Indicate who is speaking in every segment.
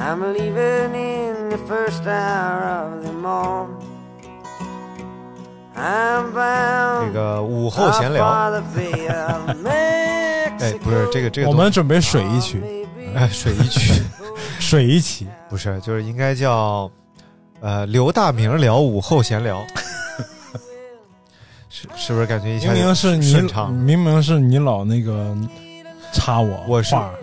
Speaker 1: I'm leaving in the first hour of the morn. I'm bound
Speaker 2: 这个午后闲聊，
Speaker 1: for the Bay of Mexico.
Speaker 2: 哎，不是这个这个
Speaker 3: 我
Speaker 2: 东
Speaker 3: 们
Speaker 2: 西，
Speaker 3: 准备水一曲，
Speaker 2: 哎，水一曲，
Speaker 3: 水一期，
Speaker 2: 不是，就是应该叫，呃，刘大明聊午后闲聊， 是是不是感觉一下
Speaker 3: 明明是你
Speaker 2: 顺，畅？
Speaker 3: 明明是你老哦那个插我，
Speaker 2: 我是
Speaker 3: 话儿，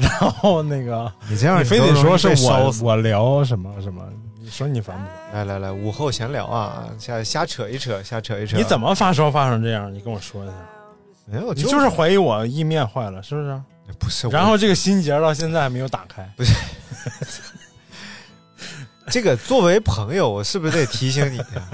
Speaker 3: 然后哦那个
Speaker 2: 你这样
Speaker 3: 你非
Speaker 2: 都
Speaker 3: 得
Speaker 2: 容易
Speaker 3: 说是
Speaker 2: 被烧
Speaker 3: 我
Speaker 2: 死
Speaker 3: 我聊什么什么，你说你烦不烦？
Speaker 2: 来来来，午后闲聊啊，瞎瞎扯一扯，瞎扯一扯。
Speaker 3: 你怎
Speaker 2: 么
Speaker 3: 么发烧发成这样？你跟我说一下，
Speaker 2: 没有？
Speaker 3: 你
Speaker 2: 就
Speaker 3: 就是怀疑我意面坏了是不是？
Speaker 2: 不是？
Speaker 3: 然后这个心结到现在还没有打开，
Speaker 2: 这个作为朋友，我是不是得提醒你啊？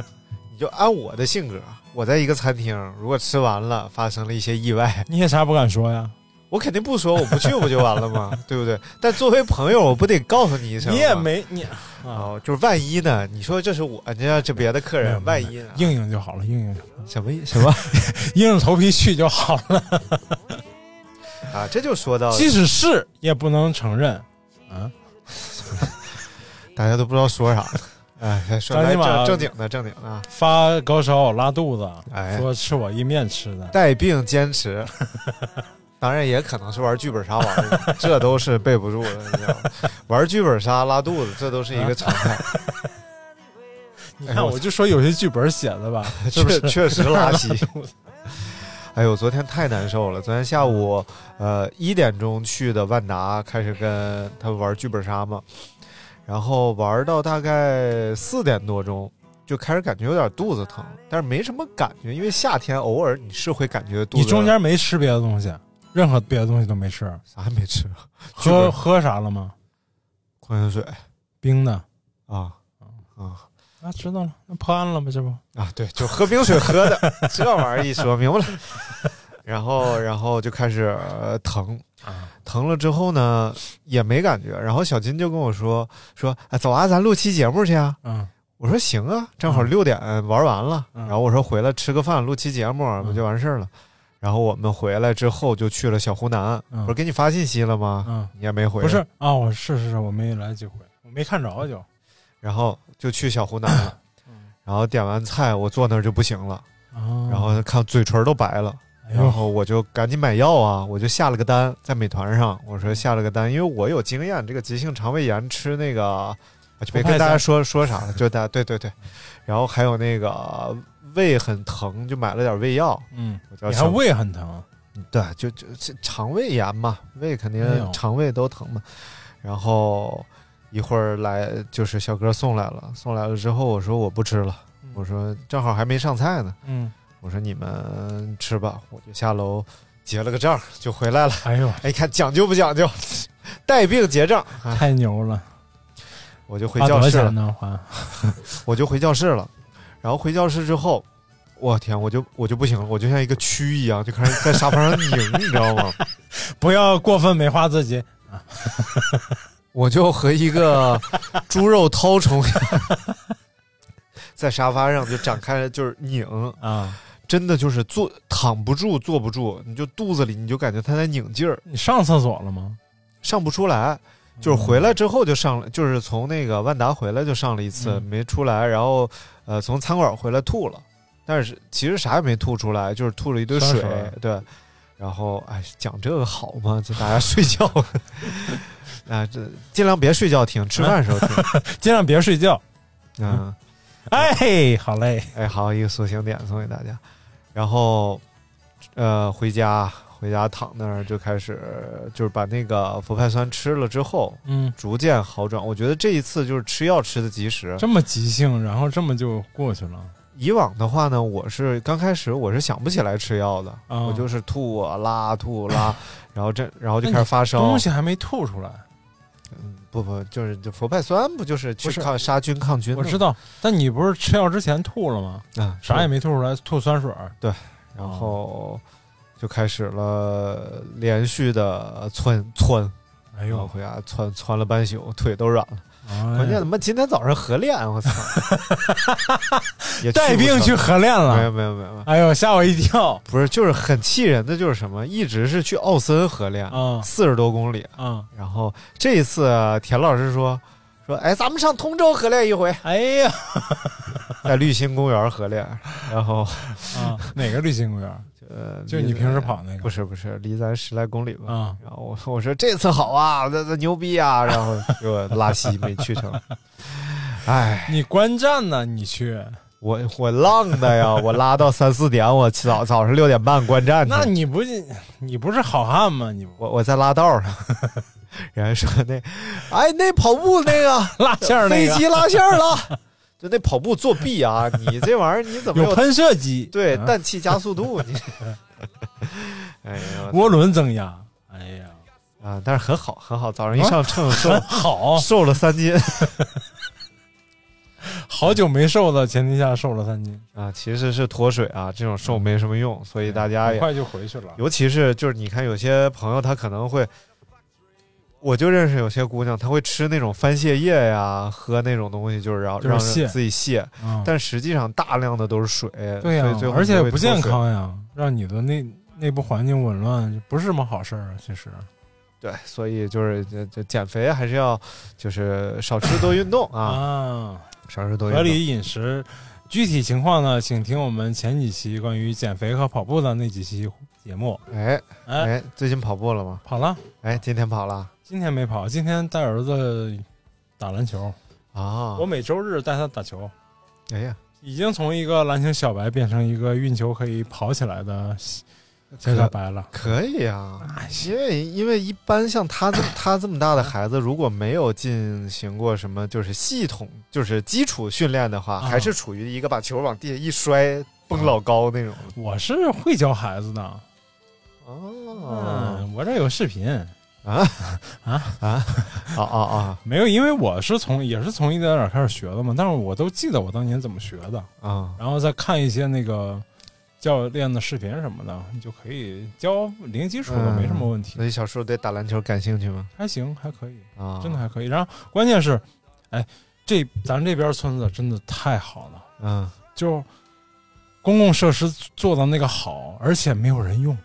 Speaker 2: 你就按我的性格，啊我在一个餐厅，如果吃完了发生了一些意外，
Speaker 3: 你也啥不敢说呀？
Speaker 2: 我肯定不说，我不去不就完了 吗？对不对？但作为朋友，我不得告诉你一声吗？
Speaker 3: 你也没你啊，
Speaker 2: 哦，就是万一呢？你说这是我，你要这别的客
Speaker 3: 没
Speaker 2: 人
Speaker 3: 有，
Speaker 2: 万一呢？
Speaker 3: 硬硬就好了，硬硬就好了
Speaker 2: 什么什么
Speaker 3: 硬着头皮去就好了。
Speaker 2: 啊？这就说到
Speaker 3: 即使是也不能承认。啊，
Speaker 2: 大家都不知道说啥了。哎，说
Speaker 3: 张
Speaker 2: 来
Speaker 3: 金马
Speaker 2: 正正经的正经的啊，
Speaker 3: 发高烧拉肚子，
Speaker 2: 哎
Speaker 3: 说吃我意面吃的，
Speaker 2: 带病坚 持。当然也可能是玩剧本杀玩的， 这都是备不住的，你知道吗？ 玩剧本杀拉肚子，这都是一个常态。
Speaker 3: 你
Speaker 2: 哎
Speaker 3: 看
Speaker 2: 我
Speaker 3: 我就说有些剧本写的吧， 是不是？
Speaker 2: 确确实拉稀
Speaker 3: 肚子。
Speaker 2: 哎呦，昨天太难受了。昨天下午，
Speaker 3: 嗯
Speaker 2: 呃，一点钟去的万达，开始跟他们玩剧本杀嘛，然后玩到大概四点多钟，就开始感觉有点肚子疼，但是没什么感觉，因为夏天偶尔你是会感觉肚
Speaker 3: 你
Speaker 2: 子。
Speaker 3: 中间没吃别的东西，任何别的东西都没吃，
Speaker 2: 啥也没吃，剧
Speaker 3: 喝
Speaker 2: 本
Speaker 3: 喝啥了吗？
Speaker 2: 矿泉水
Speaker 3: 冰的
Speaker 2: 啊
Speaker 3: 嗯
Speaker 2: 啊
Speaker 3: 啊，知道了，那破案了吧？这不
Speaker 2: 啊！对，就喝冰水喝的，这玩意儿一说明白了。然后，然后就开始、呃疼，
Speaker 3: 啊
Speaker 2: 疼了之后呢，也没感觉。然后小金就跟我说说，啊，走啊，咱录期节目去啊。
Speaker 3: 嗯，
Speaker 2: 我说行啊，正好六点玩完了。
Speaker 3: 嗯
Speaker 2: 然后我说回来吃个饭，录期节目啊不就完事儿了。然后我们回来之后就去了小湖南，
Speaker 3: 嗯
Speaker 2: 不是给你发信息了吗？
Speaker 3: 嗯
Speaker 2: 你也没回，
Speaker 3: 不是啊，我是是是，我没来几回，我没看着就
Speaker 2: 然后就去小湖南了。
Speaker 3: 嗯
Speaker 2: 然后点完菜，我坐那儿就不行了，
Speaker 3: 啊，
Speaker 2: 然后看嘴唇都白了，
Speaker 3: 哎
Speaker 2: 然
Speaker 3: 呦，
Speaker 2: 后我就赶紧买药啊，我就下了个单，在美团上，我说下了个单，因为我有经验，这个急性肠胃炎吃那个，啊就别跟大家说说啥了，就大家对对对，
Speaker 3: 嗯
Speaker 2: 然后还有那个胃很疼，就买了点胃药，
Speaker 3: 嗯，
Speaker 2: 我叫
Speaker 3: 你还
Speaker 2: 什么
Speaker 3: 胃很疼，
Speaker 2: 对，就就这肠胃炎嘛，胃肯
Speaker 3: 哎呦
Speaker 2: 定肠胃都疼嘛。然后一会儿来就是小哥送来了，送来了之后我说我不吃了，我说正好还没上菜呢，
Speaker 3: 嗯，
Speaker 2: 我说你们吃吧，我就下楼结了个账就回来了。
Speaker 3: 哎呦，
Speaker 2: 哎，看讲究不讲究，带病结账，哎
Speaker 3: 太牛了，
Speaker 2: 我就回
Speaker 3: 花多
Speaker 2: 教
Speaker 3: 少
Speaker 2: 室了
Speaker 3: 钱。呢？花
Speaker 2: 我就回教室了。然后回教室之后，我天，我就我就不行了，我就像一个蛆一样，就开始在沙发上拧， 你知道吗？
Speaker 3: 不要过分美化自己，
Speaker 2: 我就和一个猪肉绦虫一样，在沙发上就展开了，就是拧，
Speaker 3: 啊！
Speaker 2: 真的就是坐躺不住，坐不住，你就肚子里你就感觉它在拧劲儿，
Speaker 3: 你上厕所了吗？
Speaker 2: 上不出来。就是回来之后就上了，就是从那个万达回来就上了一次，
Speaker 3: 嗯
Speaker 2: 没出来，然后呃从餐馆回来吐了，但是其实啥也没吐出来，就是吐了一堆
Speaker 3: 酸
Speaker 2: 水，
Speaker 3: 水
Speaker 2: 对。然后哎，讲这个好吗？ 就大家睡觉啊，这尽量别睡觉听，吃饭时候听，
Speaker 3: 尽量别睡觉。
Speaker 2: 嗯，
Speaker 3: 哎，好嘞，
Speaker 2: 哎，好一个塑形点送给大家。然后呃，回家回家躺那儿就开始就是把那个氟派酸吃了之后，
Speaker 3: 嗯，
Speaker 2: 逐渐好转。我觉得这一次就是吃药吃的及时，
Speaker 3: 这么急性，然后这么就过去了。
Speaker 2: 以往的话呢，我是刚开始我是想不起来吃药的，
Speaker 3: 哦
Speaker 2: 我就是吐啊拉吐啊 拉，然后这然后就
Speaker 3: 那
Speaker 2: 开始
Speaker 3: 你
Speaker 2: 发烧。
Speaker 3: 东西还没吐出来。
Speaker 2: 嗯，不不，就是就氟派酸不就是去
Speaker 3: 不是
Speaker 2: 抗杀菌抗菌的
Speaker 3: 我
Speaker 2: 吗？
Speaker 3: 知道，但你不是吃药之前吐了吗？
Speaker 2: 啊，
Speaker 3: 啥也
Speaker 2: 没。
Speaker 3: 没吐出来，吐酸水儿。
Speaker 2: 对，然后就开始了连续的窜窜，
Speaker 3: 哎
Speaker 2: 然
Speaker 3: 呦
Speaker 2: 后，回家窜窜了半宿，腿都软了。
Speaker 3: 哎
Speaker 2: 哦关键他妈今天早上合练，啊我 操！也
Speaker 3: 带
Speaker 2: 不
Speaker 3: 病
Speaker 2: 成
Speaker 3: 去合练
Speaker 2: 没有
Speaker 3: 了。
Speaker 2: 没有没有没有，
Speaker 3: 哎呦，吓我一跳。
Speaker 2: 不是，就是很气人的，就是什么，一直是去奥森合练，
Speaker 3: 啊
Speaker 2: 四十多公里。
Speaker 3: 啊！
Speaker 2: 然后这一次啊田老师说说，哎，咱们上通州合练一 回，
Speaker 3: 哎呀，
Speaker 2: 在绿心公园合练。然后
Speaker 3: 啊，
Speaker 2: 嗯
Speaker 3: 哪个绿心公园？
Speaker 2: 呃，
Speaker 3: 就是你
Speaker 2: 离咱
Speaker 3: 平时跑那个
Speaker 2: 不是不是，离咱十来公里吧。
Speaker 3: 啊？
Speaker 2: 然后我说我说这次好啊，这这牛逼啊，然后给我拉稀没去 成。哎，
Speaker 3: 你观战呢？你去？
Speaker 2: 我我浪的呀，我拉到三四点，我起早早上六点半观战去。
Speaker 3: 那你不你不是好汉吗？你不
Speaker 2: 我我在拉道上， 人家说那，哎那跑步那个
Speaker 3: 拉 线儿那
Speaker 2: 飞
Speaker 3: 个
Speaker 2: 机拉线儿了， 就那跑步作弊啊，你这玩意儿你怎么
Speaker 3: 有喷射机，
Speaker 2: 对
Speaker 3: 嗯
Speaker 2: 氮气加速度 你？哎呀
Speaker 3: 涡轮增压。哎呀，
Speaker 2: 啊，但是很好很好，早上一
Speaker 3: 啊
Speaker 2: 上 秤瘦、
Speaker 3: 好
Speaker 2: 瘦了三斤。
Speaker 3: 好久没瘦的前提下瘦了三斤，
Speaker 2: 啊，其实是脱水啊，这种瘦没什么用，所以大家
Speaker 3: 哎很
Speaker 2: 也，
Speaker 3: 快就回去了。
Speaker 2: 尤其是就是你看有些朋友他可能会，我就认识有些姑娘，她会吃那种番泻叶呀，喝那种东西，就是让
Speaker 3: 就是
Speaker 2: 让
Speaker 3: 泻
Speaker 2: 自己泻，
Speaker 3: 嗯
Speaker 2: 但实际上大量的都是水，
Speaker 3: 对呀、
Speaker 2: 所以最后
Speaker 3: 而且
Speaker 2: 就会
Speaker 3: 不
Speaker 2: 脱
Speaker 3: 健
Speaker 2: 水。
Speaker 3: 康呀，让你的内内部环境紊乱，不是什么好事儿啊。其实，
Speaker 2: 对，所以就是这这减肥还是要就是少吃多运动啊，
Speaker 3: 啊，
Speaker 2: 少吃多
Speaker 3: 合
Speaker 2: 运动。
Speaker 3: 理饮食。具体情况呢，请听我们前几期关于减肥和跑步的那几期节目。
Speaker 2: 哎
Speaker 3: 哎，
Speaker 2: 哎，最近跑步了吗？
Speaker 3: 跑了，
Speaker 2: 哎，今天跑了
Speaker 3: 今天没跑，今天带儿子打篮球。
Speaker 2: 啊
Speaker 3: 我！每周日带他打球，
Speaker 2: 哎呀，
Speaker 3: 已经从一个篮球小白变成一个运球可以跑起来的小小白了。
Speaker 2: 可以啊，
Speaker 3: 哎
Speaker 2: 因为因为一般像他 这他这么大的孩子，如果没有进行过什么就是系统就是基础训练的话，
Speaker 3: 啊
Speaker 2: 还是处于一个把球往地下一摔蹦老高那种。
Speaker 3: 我是会教孩子的，
Speaker 2: 哦
Speaker 3: 嗯，我这有视频。
Speaker 2: 啊啊啊
Speaker 3: 没有，因为我是从也是从一点点开始学的嘛，但是我都记得我当年怎么学的，
Speaker 2: 啊！
Speaker 3: 然后再看一些那个教练的视频什么的，你就可以教零基础的，
Speaker 2: 嗯
Speaker 3: 没什么问题，
Speaker 2: 所以小叔对打篮球感兴趣吗？
Speaker 3: 还行，还可以，
Speaker 2: 啊，
Speaker 3: 真的还可以。然后关键是，哎，这咱这边村子真的太好了，
Speaker 2: 嗯，
Speaker 3: 就公共设施做的那个好，而且没有人用。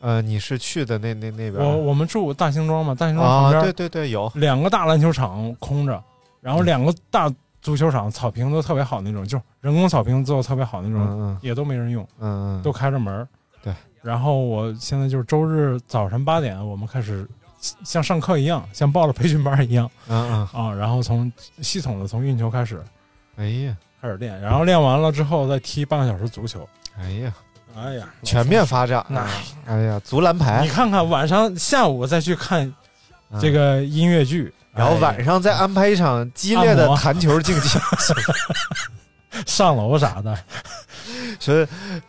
Speaker 2: 呃，你是去的那那那边
Speaker 3: 我我们住大兴庄嘛，大兴庄旁
Speaker 2: 啊？
Speaker 3: 边、
Speaker 2: 对嗯对对，有
Speaker 3: 两个大篮球场空着，然后两个大足球场草坪都特别好那种，就是人工草坪做的特别好那种，
Speaker 2: 嗯嗯
Speaker 3: 也都没人用，
Speaker 2: 嗯嗯，
Speaker 3: 都开着门儿。
Speaker 2: 对。
Speaker 3: 然后我现在就是周日早晨八点，我们开始像上课一样，像报了培训班一样
Speaker 2: 嗯嗯，
Speaker 3: 啊，然后从系统的从运球开始
Speaker 2: 哎呀
Speaker 3: 开始练，然后练完了之后再踢半个小时足球。
Speaker 2: 哎呀，
Speaker 3: 哎呀，老
Speaker 2: 全
Speaker 3: 师
Speaker 2: 面发展
Speaker 3: 那
Speaker 2: 啊！哎呀，足篮排
Speaker 3: 你，看看晚上下午再去看
Speaker 2: 嗯
Speaker 3: 这个音乐剧，
Speaker 2: 然后晚上再安排一场激烈的弹球竞技。
Speaker 3: 哎上楼啥的，
Speaker 2: 说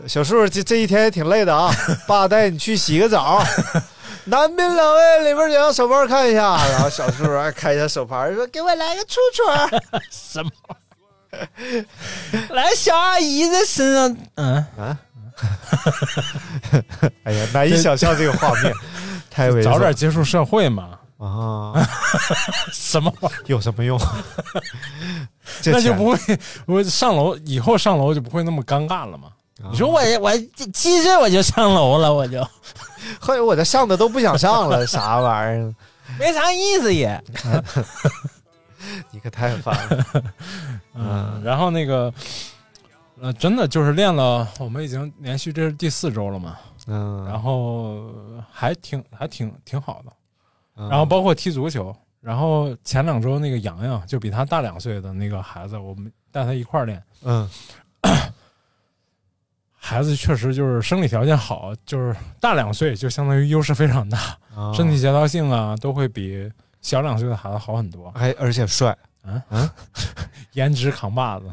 Speaker 2: 小树这这一天也挺累的啊，爸带你去洗个澡。 男宾冷哎，里边两小包看一下，然后小树哎开一下手牌，说给我来个处处儿。
Speaker 3: 什么？来，小阿姨的身上，嗯，
Speaker 2: 哎呀，难以想象这个画面，太猥琐。
Speaker 3: 早点接触社会嘛，
Speaker 2: 啊，
Speaker 3: 什么玩意儿？
Speaker 2: 有什么用？ 这
Speaker 3: 那就
Speaker 2: 钱
Speaker 3: 不会， 我上楼以后上楼就不会那么尴尬了嘛。
Speaker 2: 啊
Speaker 3: 你说我我七岁我就上楼了，我 就
Speaker 2: 后来我这上的都不想上了，啥玩意儿？
Speaker 3: 没啥意思也。
Speaker 2: 你可太烦了。
Speaker 3: 嗯，然后那个，呃，真的就是练了，我们已经连续这是第四周了嘛，
Speaker 2: 嗯，
Speaker 3: 然后还挺还挺挺好的。
Speaker 2: 啊
Speaker 3: 然
Speaker 2: 嗯
Speaker 3: 后包括踢足球，然后前两周那个洋洋就比他大两岁的那个孩子，我们带他一块儿练，
Speaker 2: 嗯，
Speaker 3: 孩子确实就是生理条件好，就是大两岁就相当于优势非常大，身体协调性啊都会比小两岁的孩子好很多，
Speaker 2: 还哎而且帅，
Speaker 3: 嗯
Speaker 2: 嗯，
Speaker 3: 颜值扛把子。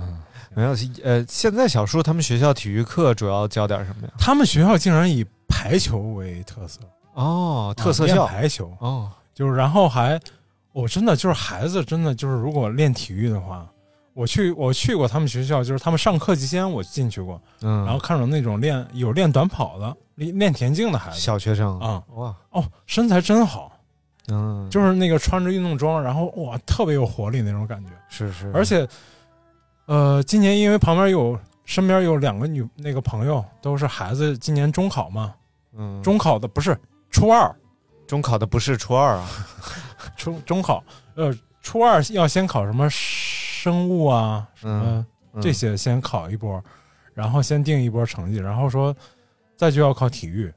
Speaker 2: 没有
Speaker 3: 嗯
Speaker 2: 呃，现在小叔他们学校体育课主要教点什么呀？
Speaker 3: 他们学校竟然以排球为特色
Speaker 2: 哦，特色
Speaker 3: 啊练
Speaker 2: 校
Speaker 3: 排球
Speaker 2: 哦，
Speaker 3: 就是然后还，我、真的就是孩子真的就是如果练体育的话，我去我去过他们学校，就是他们上课期间我进去过，
Speaker 2: 嗯
Speaker 3: 然后看着那种练有练短跑的、练练田径的孩子，
Speaker 2: 小学生
Speaker 3: 啊、
Speaker 2: 哇
Speaker 3: 哦，身材真好，
Speaker 2: 嗯，
Speaker 3: 就是那个穿着运动装，然后哇特别有活力那种感觉，
Speaker 2: 是是，
Speaker 3: 而且，呃，今年因为旁边有身边有两个女那个朋友都是孩子，今年中考嘛，
Speaker 2: 嗯，
Speaker 3: 中考的不是初二，
Speaker 2: 中考的不是初二啊，
Speaker 3: 初中考，呃，初二要先考什么生物啊，什么
Speaker 2: 嗯嗯
Speaker 3: 这些先考一波，然后先定一波成绩，然后说再就要考体育，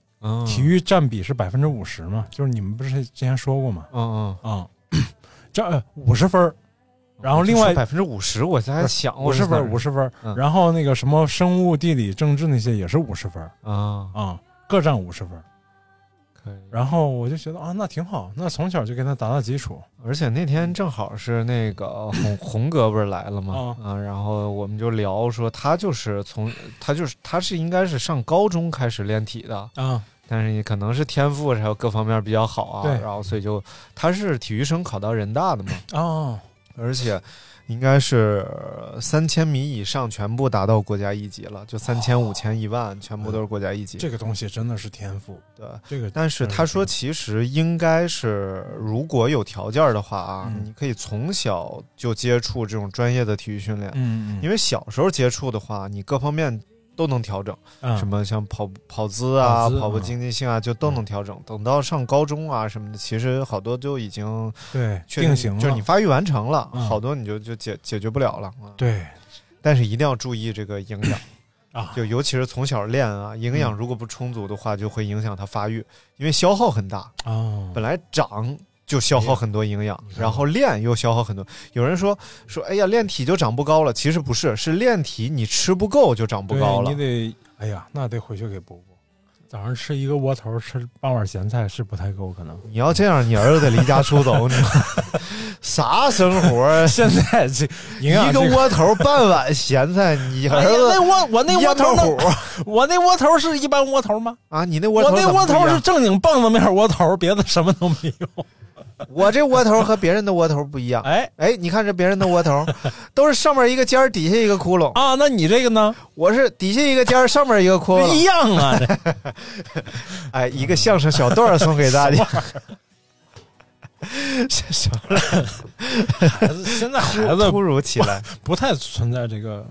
Speaker 2: 嗯
Speaker 3: 体育占比是百分之五十嘛，就是你们不是之前说过嘛，
Speaker 2: 嗯
Speaker 3: 嗯啊， 这呃五十分儿，然后另外
Speaker 2: 百分之哦五十，嗯我在想
Speaker 3: 五十分儿，五十分儿，然后那个什么生物、地理、政治那些也是五十分儿
Speaker 2: 后啊
Speaker 3: 啊，各占五十分儿。
Speaker 2: 可以。
Speaker 3: 然后我就觉得啊，那挺好，那从小就给他打打基础。
Speaker 2: 而且那天正好是那个红 红哥不是来了吗？啊，然后我们就聊说他就是从他就是他是应该是上高中开始练体的
Speaker 3: 啊，
Speaker 2: 但是也可能是天赋还有各方面比较好啊，
Speaker 3: 对
Speaker 2: 然后所以就他是体育生考到人大 的嘛，
Speaker 3: 哦，
Speaker 2: 而且应该是呃三千米以上全部达到国家一级了，就三
Speaker 3: 哦
Speaker 2: 千、五千、一万全部都是国家一级。
Speaker 3: 这个东西真的是天赋。
Speaker 2: 对，
Speaker 3: 这个
Speaker 2: 但是他说，其实应该是如果有条件的话啊，
Speaker 3: 嗯
Speaker 2: 你可以从小就接触这种专业的体育训练，
Speaker 3: 嗯嗯
Speaker 2: 因为小时候接触的话，你各方面都能调整，
Speaker 3: 嗯
Speaker 2: 什么像跑跑姿啊、
Speaker 3: 跑姿
Speaker 2: 跑步
Speaker 3: 嗯
Speaker 2: 经济性啊，就都能调整。等到上高中啊什么的，其实好多就已经
Speaker 3: 对
Speaker 2: 确定
Speaker 3: 定型了
Speaker 2: 就是你发育完成了，
Speaker 3: 嗯
Speaker 2: 好多你就就解解决不了了。嗯
Speaker 3: 对，
Speaker 2: 但是一定要注意这个营 养
Speaker 3: 啊，
Speaker 2: 就尤其是从小练啊，
Speaker 3: 嗯
Speaker 2: 营养如果不充足的话，就会影响它发育，因为消耗很大
Speaker 3: 哦。
Speaker 2: 本来长就消耗很多营养，
Speaker 3: 哎
Speaker 2: 然后练又消耗很多。有人说说，哎呀，练体就长不高了，其实不是，是练体你吃不够就长不
Speaker 3: 对
Speaker 2: 高了
Speaker 3: 你。得，哎呀，那得回去给补补。早上吃一个窝头，吃半碗咸菜是不太够，可能。
Speaker 2: 你要这样，你儿子得离家 出走，你知道吗啥生活啊？
Speaker 3: 现在这营养
Speaker 2: 一个
Speaker 3: 这个
Speaker 2: 窝头半碗咸菜，你儿
Speaker 3: 哎 呀
Speaker 2: 子
Speaker 3: 那窝我那窝头
Speaker 2: 烟火
Speaker 3: 呢 我那窝头是一般窝头吗？
Speaker 2: 啊，你那窝
Speaker 3: 我
Speaker 2: 头
Speaker 3: 那
Speaker 2: 怎么
Speaker 3: 窝
Speaker 2: 不一
Speaker 3: 头
Speaker 2: 样
Speaker 3: 是正经棒子面窝头，别的什么都没 有。
Speaker 2: 我这窝头和别人的窝头不一样。
Speaker 3: 哎
Speaker 2: 哎，你看这别人的 窝头，都是上面一个尖儿，底下一个窟窿
Speaker 3: 啊。那你这个 呢？
Speaker 2: 我是底下一个尖儿，上面一个窟窿，
Speaker 3: 一样啊！
Speaker 2: 哎，一个相声小段儿送给 大家。 什么来着？
Speaker 3: 孩子现 在孩子
Speaker 2: 突如其来，
Speaker 3: 不太存在这个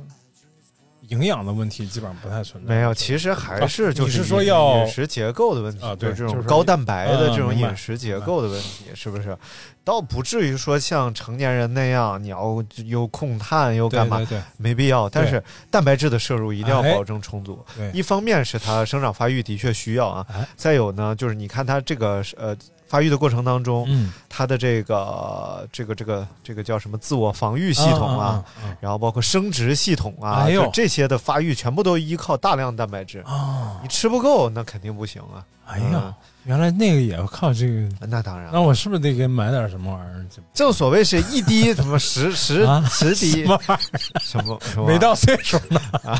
Speaker 3: 营养的问题，基本上不太存在。
Speaker 2: 没有，其实还是就
Speaker 3: 啊你是说
Speaker 2: 饮
Speaker 3: 要
Speaker 2: 饮食结构的问题
Speaker 3: 啊对
Speaker 2: 就这
Speaker 3: 就是
Speaker 2: 种高蛋白的
Speaker 3: 嗯
Speaker 2: 这种
Speaker 3: 明白
Speaker 2: 饮食结构的问题，是不是？倒不至于说像成年人那样，你要又控碳又干嘛
Speaker 3: 对对对，
Speaker 2: 没必要。但
Speaker 3: 对
Speaker 2: 是蛋白质的摄入一定要
Speaker 3: 哎
Speaker 2: 保证充足
Speaker 3: 对，
Speaker 2: 一方面是它生长发育的确需要啊
Speaker 3: 哎，
Speaker 2: 再有呢就是你看它这个呃发育的过程当中，
Speaker 3: 嗯
Speaker 2: 它的这个这个这个这个叫什么自我防御系统啊，
Speaker 3: 嗯嗯嗯嗯
Speaker 2: 然后包括生殖系统啊，
Speaker 3: 哎呦
Speaker 2: 就这些的发育全部都依靠大量蛋白质。
Speaker 3: 啊，
Speaker 2: 你吃不够，那肯定不行啊！
Speaker 3: 哎呀，原来那个也靠这个。
Speaker 2: 嗯，那当然
Speaker 3: 那。我是不是得给买点什么玩意儿？这
Speaker 2: 正所谓是一 滴什么十十
Speaker 3: 啊
Speaker 2: 十滴
Speaker 3: 什么玩意
Speaker 2: 什么什
Speaker 3: 儿？
Speaker 2: 么，
Speaker 3: 没到岁数呢，
Speaker 2: 啊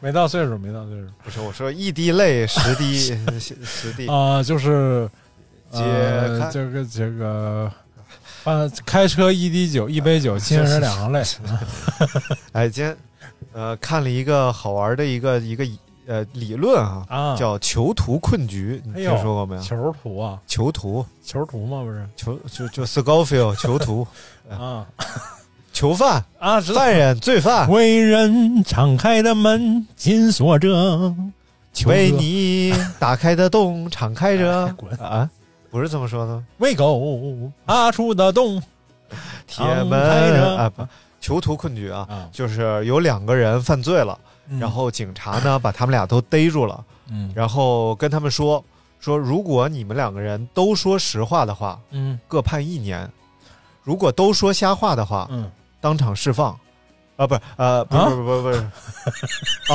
Speaker 3: 没到岁数，没到 岁数
Speaker 2: 不是我说一滴泪十 滴十十滴
Speaker 3: 啊，就是
Speaker 2: 解
Speaker 3: 呃
Speaker 2: 开，
Speaker 3: 这个这个。啊，开车一滴酒，一杯 酒，亲人两行泪。啊
Speaker 2: 哎，今天呃看了一个好玩的一个一个呃理论啊，
Speaker 3: 啊
Speaker 2: 叫囚徒困局，你
Speaker 3: 哎
Speaker 2: 听
Speaker 3: 呦，
Speaker 2: 说过没有？
Speaker 3: 囚徒啊，
Speaker 2: 囚徒，
Speaker 3: 囚徒嘛，不是
Speaker 2: 囚就就 Scofield 囚徒、
Speaker 3: 啊
Speaker 2: 囚犯、
Speaker 3: 啊，知道
Speaker 2: 犯人、罪犯，
Speaker 3: 为人敞开的门紧锁着，求
Speaker 2: 为
Speaker 3: 哥
Speaker 2: 你打开的洞敞开
Speaker 3: 哎
Speaker 2: 着
Speaker 3: 滚
Speaker 2: 啊，不是这么说的吗？
Speaker 3: 喂狗爬出的洞，
Speaker 2: 铁
Speaker 3: 敞开
Speaker 2: 门
Speaker 3: 着
Speaker 2: 啊不，囚徒困局啊，就是有两个人犯罪了，
Speaker 3: 嗯
Speaker 2: 然后警察呢把他们俩都逮住了，
Speaker 3: 嗯
Speaker 2: 然后跟他们说说，如果你们两个人都说实话的话，
Speaker 3: 嗯，
Speaker 2: 各判一年；如果都说瞎话的话，
Speaker 3: 嗯，
Speaker 2: 当场释放。啊，不是，呃，不是，
Speaker 3: 啊
Speaker 2: 不是，不是，不是，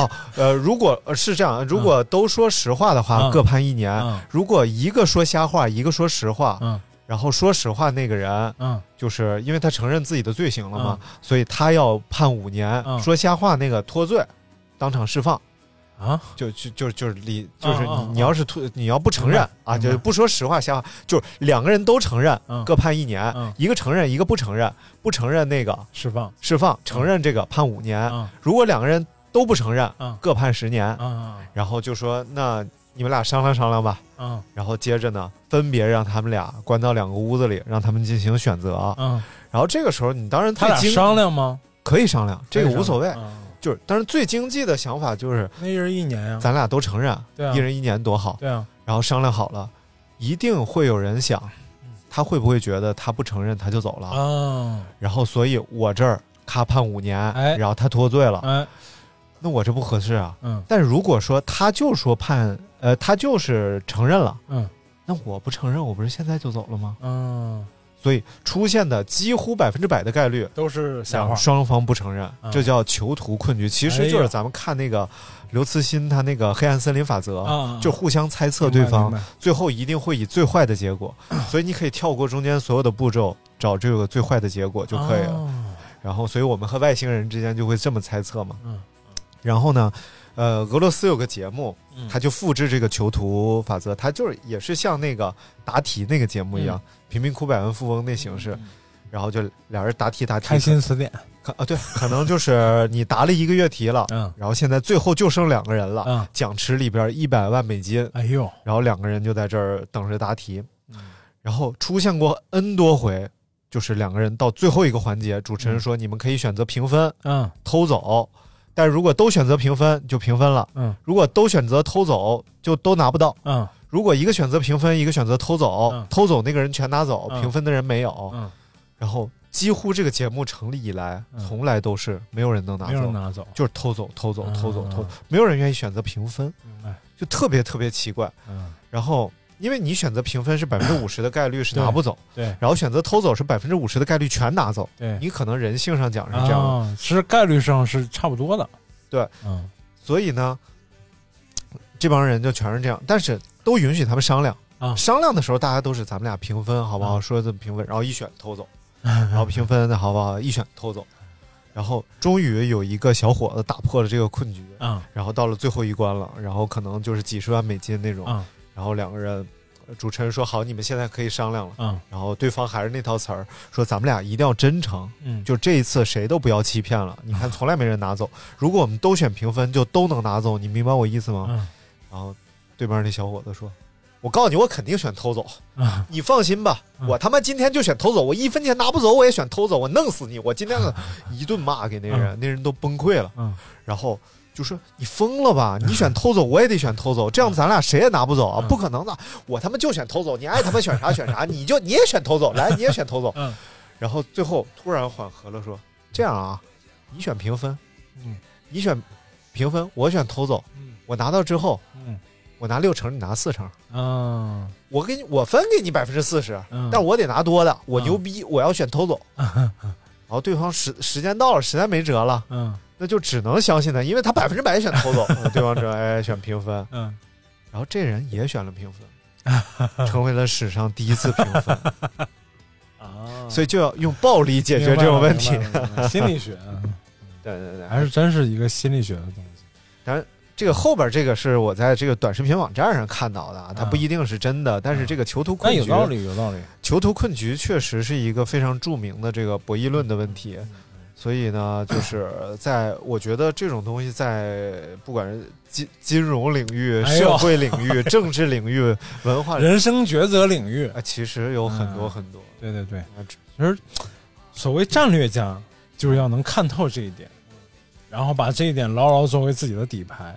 Speaker 2: 哦，呃，如果呃是这样，如果都说实话的话，
Speaker 3: 嗯
Speaker 2: 各判一年；
Speaker 3: 嗯
Speaker 2: 如果一个说瞎话，一个说实话，
Speaker 3: 嗯
Speaker 2: 然后说实话那个人，
Speaker 3: 嗯，
Speaker 2: 就是因为他承认自己的罪行了嘛，所以他要判五年；
Speaker 3: 嗯
Speaker 2: 说瞎话那个脱罪，当场释放。
Speaker 3: 啊，
Speaker 2: 就就就就是理，就是你、
Speaker 3: 啊啊
Speaker 2: 你要是突你要不承认
Speaker 3: 明白
Speaker 2: 啊，
Speaker 3: 明白
Speaker 2: 就是不说实话瞎话，就是两个人都承认，
Speaker 3: 嗯
Speaker 2: 各判一年，
Speaker 3: 嗯
Speaker 2: 一个承认一个不承认，不承认那个
Speaker 3: 释放，
Speaker 2: 释放，承认这个判五年。
Speaker 3: 嗯
Speaker 2: 如果两个人都不承认，
Speaker 3: 嗯
Speaker 2: 各判十年。
Speaker 3: 嗯
Speaker 2: 然后就说那你们俩商量商量吧。
Speaker 3: 嗯
Speaker 2: 然后接着呢，分别让他们俩关到两个屋子里，让他们进行选择。
Speaker 3: 嗯，
Speaker 2: 然后这个时候你当然
Speaker 3: 他
Speaker 2: 最
Speaker 3: 俩
Speaker 2: 经
Speaker 3: 商量吗？
Speaker 2: 可以商量，这个
Speaker 3: 可以商量
Speaker 2: 无所谓。
Speaker 3: 嗯
Speaker 2: 就是，但是最经济的想法就是，
Speaker 3: 那一人一年呀，
Speaker 2: 咱俩都承认，
Speaker 3: 对啊
Speaker 2: 一人一年多好。
Speaker 3: 对啊，
Speaker 2: 然后商量好了，一定会有人想，他会不会觉得他不承认他就走了？
Speaker 3: 啊，
Speaker 2: 然后，所以我这儿咔判五年，
Speaker 3: 哎
Speaker 2: 然后他脱罪了，
Speaker 3: 哎，
Speaker 2: 那我这不合适啊。
Speaker 3: 嗯
Speaker 2: 但如果说他就说判，呃，他就是承认了，
Speaker 3: 嗯
Speaker 2: 那我不承认，我不是现在就走了吗？
Speaker 3: 嗯，
Speaker 2: 所以出现的几乎百分之百的概率，
Speaker 3: 都是瞎话，
Speaker 2: 双方不承认，
Speaker 3: 嗯
Speaker 2: 这叫囚徒困局。其实就
Speaker 3: 哎
Speaker 2: 是
Speaker 3: 呦
Speaker 2: 咱们看那个刘慈欣他那个《黑暗森林法则》
Speaker 3: 啊
Speaker 2: 就互相猜测
Speaker 3: 明白
Speaker 2: 对方
Speaker 3: 明白，
Speaker 2: 最后一定会以最坏的结果。所以你可以跳过中间所有的步骤，找这个最坏的结果就可以了。
Speaker 3: 哦
Speaker 2: 然后，所以我们和外星人之间就会这么猜测嘛。
Speaker 3: 嗯
Speaker 2: 然后呢，呃，俄罗斯有个节目
Speaker 3: 嗯，
Speaker 2: 他就复制这个囚徒法则，他就是也是像那个答题那个节目一
Speaker 3: 嗯
Speaker 2: 样，贫民窟百万富翁那形式，然后就俩人答题答题，
Speaker 3: 开心词典，
Speaker 2: 可啊，对，可能就是你答了一个月 题了，
Speaker 3: 嗯
Speaker 2: 然后现在最后就剩两个人了，
Speaker 3: 嗯
Speaker 2: 奖池里边一百万美金，
Speaker 3: 哎呦，
Speaker 2: 然后两个人就在这儿等着答题，
Speaker 3: 嗯
Speaker 2: 然后出现过 N 多回，就是两个人到最后一个环节，主持人说你们可以选择平分、
Speaker 3: 嗯
Speaker 2: 偷走，但如果都选择平分就平分了，
Speaker 3: 嗯
Speaker 2: 如果都选择偷走就都拿不到，
Speaker 3: 嗯
Speaker 2: 如果一个选择平分，一个选择偷走，
Speaker 3: 嗯
Speaker 2: 偷走那个人全拿走，
Speaker 3: 嗯
Speaker 2: 平分的人没有，
Speaker 3: 嗯，
Speaker 2: 然后几乎这个节目成立以来，
Speaker 3: 嗯
Speaker 2: 从来都是没有人能拿
Speaker 3: 没有
Speaker 2: 走，
Speaker 3: 人拿走，
Speaker 2: 就是偷走、偷走、偷走、
Speaker 3: 嗯哎
Speaker 2: 偷，没有人愿意选择平分，
Speaker 3: 明白，
Speaker 2: 就特别特别奇怪。
Speaker 3: 嗯，
Speaker 2: 然后，因为你选择平分是百分之五十的概率是拿不走，
Speaker 3: 对
Speaker 2: 然后选择偷走是百分之五十的概率全拿走，
Speaker 3: 对，
Speaker 2: 你可能人性上讲是这样的，
Speaker 3: 啊，其实概率上是差不多的，
Speaker 2: 对，
Speaker 3: 嗯
Speaker 2: 所以呢，这帮人就全是这样，但是都允许他们商量。
Speaker 3: 啊
Speaker 2: 商量的时候，大家都是咱们俩平分好不好？说这么平分，然后一选偷走， 然 后平分好不好？一选偷走，然后终于有一个小伙子打破了这个困局，
Speaker 3: 啊
Speaker 2: 然后到了最后一关了，然后可能就是几十万美金那种，
Speaker 3: 啊
Speaker 2: 然后两个人，呃主持人说好，你们现在可以商量了，
Speaker 3: 啊，
Speaker 2: 然后对方还是那套词儿，说咱们俩一定要真诚，
Speaker 3: 嗯，
Speaker 2: 就这一次谁都不要欺骗了。你看，从来没人拿走。如果我们都选平分，就都能拿走。你明白我意思吗？
Speaker 3: 嗯
Speaker 2: 然后对面那小伙子说：“我告诉你，我肯定选偷走，
Speaker 3: 啊
Speaker 2: 你放心吧，我他妈今天就选偷走，我一分钱拿不走，我也选偷走，我弄死你！我今天一顿骂给那人，那人都崩溃了。
Speaker 3: 嗯
Speaker 2: 然后就说你疯了吧？你选偷走，我也得选偷走，这
Speaker 3: 嗯
Speaker 2: 样咱俩谁也拿不走啊！不可能的，我他妈就选偷走，你爱他妈选啥选啥，你就你也选偷走，来你也选偷走。
Speaker 3: 嗯
Speaker 2: 然后最后突然缓和了，说这样啊，你选平分，
Speaker 3: 嗯
Speaker 2: 你选平分，我选偷走，
Speaker 3: 嗯
Speaker 2: 我拿到之后，
Speaker 3: 嗯
Speaker 2: 我拿六成，你拿四成。
Speaker 3: 啊
Speaker 2: 我给你，我分给你百分之四十，啊
Speaker 3: 嗯
Speaker 2: 但是我得拿多的，我牛逼，我要选偷走。然后对方时时间到了，实在没辙了，
Speaker 3: 嗯
Speaker 2: 那就只能相信他，因为他百分之百选 偷走，嗯对方只能哎选平分，
Speaker 3: 嗯，
Speaker 2: 然后这人也选了平分， 成为了史上第一次平分，
Speaker 3: 啊，
Speaker 2: 所以就要用暴力解决这种问题。
Speaker 3: 明白了明白了心理学 啊
Speaker 2: 对对对，
Speaker 3: 还是真是一个心理学的东西。
Speaker 2: 当然，这个后边这个是我在这个短视频网站上看到的啊，它不一定是真的，但是这个囚徒
Speaker 3: 那
Speaker 2: 困
Speaker 3: 嗯有
Speaker 2: 局，
Speaker 3: 道理，有道理。
Speaker 2: 囚徒困局确实是一个非常著名的这个博弈论的问题。
Speaker 3: 嗯
Speaker 2: 所以呢，就是在我觉得这种东西在不管是金金融领域、
Speaker 3: 哎呦
Speaker 2: 社会领域、政治领域、文化领域
Speaker 3: 人生抉择领域，
Speaker 2: 啊，其实有很多
Speaker 3: 嗯
Speaker 2: 很多。
Speaker 3: 对对对，
Speaker 2: 啊这
Speaker 3: 其实所谓战略家就是要能看透这一点，然后把这一点牢牢作为自己的底牌，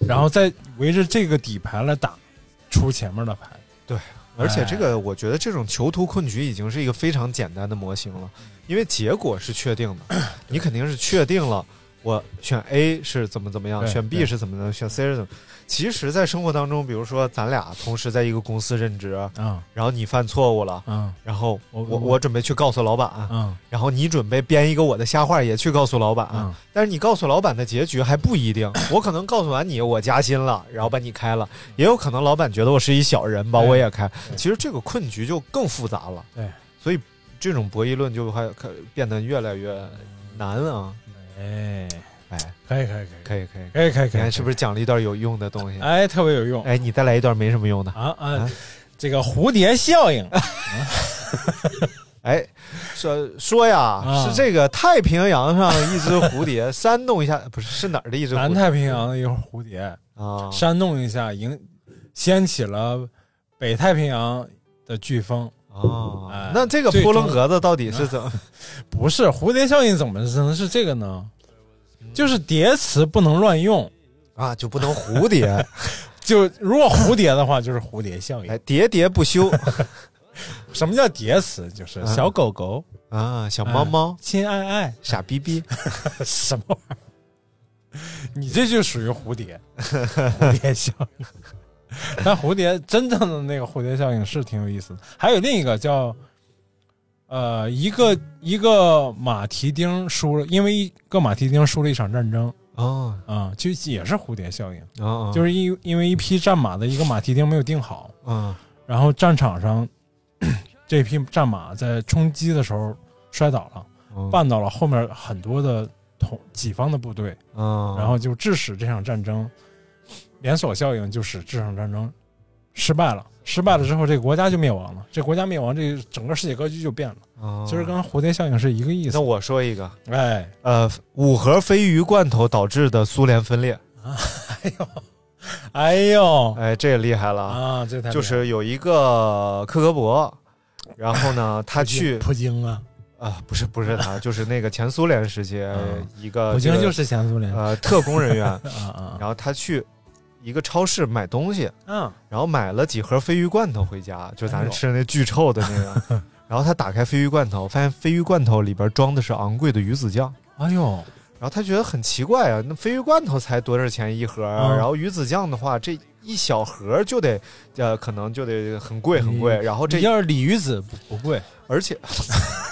Speaker 3: 然后再围着这个底牌来打出前面的牌。
Speaker 2: 而且这
Speaker 3: 哎
Speaker 2: 个，我
Speaker 3: 嗯
Speaker 2: 觉得这种囚徒困局已经是一个非常简单的模型了，因为结果是确定的，你肯定是确定了。我选 A 是怎么怎么样，
Speaker 3: 对
Speaker 2: 选 B
Speaker 3: 对
Speaker 2: 是怎么怎么样，选 C 是怎么。其实，在生活当中，比如说咱俩同时在一个公司任职，
Speaker 3: 嗯，
Speaker 2: 然后你犯错误了，
Speaker 3: 嗯，
Speaker 2: 然后我
Speaker 3: 我
Speaker 2: 我准备去告诉老板，
Speaker 3: 嗯，
Speaker 2: 然后你准备编一个我的瞎话也去告诉老板，
Speaker 3: 嗯
Speaker 2: 但是你告诉老板的结局还不一 定，我可能告诉完你我加薪了，然后把你开了，
Speaker 3: 嗯
Speaker 2: 也有可能老板觉得我是一小人把我也开，其实这个困局就更复杂了，
Speaker 3: 对，
Speaker 2: 所以这种博弈论就还可变得越来越难啊，
Speaker 3: 哎
Speaker 2: 哎，
Speaker 3: 可以可以
Speaker 2: 可以可以
Speaker 3: 可以可以可以
Speaker 2: 你看是不是讲了一段有用的东西？
Speaker 3: 哎，特别有用。
Speaker 2: 哎，你再来一段没什么用的
Speaker 3: 啊啊，这个蝴蝶效应，
Speaker 2: 哎，说说呀，
Speaker 3: 啊
Speaker 2: 是这个太平洋上一只蝴蝶 扇动一下，不是是哪儿的一只蝴蝶？
Speaker 3: 南太平洋的一个蝴蝶
Speaker 2: 啊
Speaker 3: 扇动一下，引掀起了北太平洋的飓风。
Speaker 2: 哦，
Speaker 3: 哎
Speaker 2: 那这个
Speaker 3: 最终
Speaker 2: 扑棱格子到底是怎么？
Speaker 3: 不是蝴蝶效应怎么能是这个呢？就是叠词不能乱用
Speaker 2: 啊，就不能蝴 蝶。
Speaker 3: 就如果蝴蝶的话，就是蝴蝶效应。
Speaker 2: 哎，喋喋不休。
Speaker 3: 什么叫叠词？就是
Speaker 2: 啊
Speaker 3: 小狗狗、
Speaker 2: 啊，小
Speaker 3: 嗯
Speaker 2: 猫猫、
Speaker 3: 亲爱爱、
Speaker 2: 傻逼 逼，
Speaker 3: 什么玩意儿？你这就属于蝴蝶，蝴蝶效应。但蝴蝶真正的那个蝴蝶效应是挺有意思的。还有另一个叫，呃，一个一个马蹄钉输了，因为一个马蹄钉输了一场战争
Speaker 2: 哦
Speaker 3: 啊、就也是蝴蝶效应，
Speaker 2: 哦，
Speaker 3: 就是因因为一匹战马的一个马蹄钉没有钉好，
Speaker 2: 嗯
Speaker 3: 然后战场上 这匹战马在冲击的时候摔倒了，
Speaker 2: 嗯
Speaker 3: 绊倒了后面很多的同己方的部队，
Speaker 2: 嗯，
Speaker 3: 然后就致使这场战争连锁效应，就使这场战争失败了。失败了之后，这个国家就灭亡了。这国家灭亡，这整个世界格局就变了。
Speaker 2: 哦
Speaker 3: 其实跟蝴蝶效应是一个意思
Speaker 2: 那。我说一个，
Speaker 3: 哎，
Speaker 2: 呃，五盒鲱鱼罐头导致的苏联分裂，
Speaker 3: 哎呦
Speaker 2: 哎，这也厉害了啊！
Speaker 3: 啊，这太
Speaker 2: 就是有一个克格勃，然后呢，他去
Speaker 3: 普京啊，
Speaker 2: 啊，不是不是他，就是那个前苏联时期
Speaker 3: 嗯
Speaker 2: 一个
Speaker 3: 普京
Speaker 2: 呃这个
Speaker 3: 就是前苏联啊
Speaker 2: 呃特工人 员，
Speaker 3: 啊
Speaker 2: 然后他去一个超市买东西，
Speaker 3: 啊！
Speaker 2: 然后买了几盒鲱鱼罐头回家，就
Speaker 3: 哎
Speaker 2: 咱
Speaker 3: 呦
Speaker 2: 吃那巨臭的那 个。然后他打开鲱鱼罐头，发现鲱鱼罐头里边装的是昂贵的鱼子酱。
Speaker 3: 哎呦，
Speaker 2: 然后他觉得很奇怪啊，那鲱鱼罐头才多少钱一盒啊？
Speaker 3: 嗯
Speaker 2: 然后鱼子酱的话，这一小盒就得呃，可能就得很贵很贵。
Speaker 3: 你
Speaker 2: 然后哦这
Speaker 3: 哎你要是鲤鱼子不不贵，
Speaker 2: 而且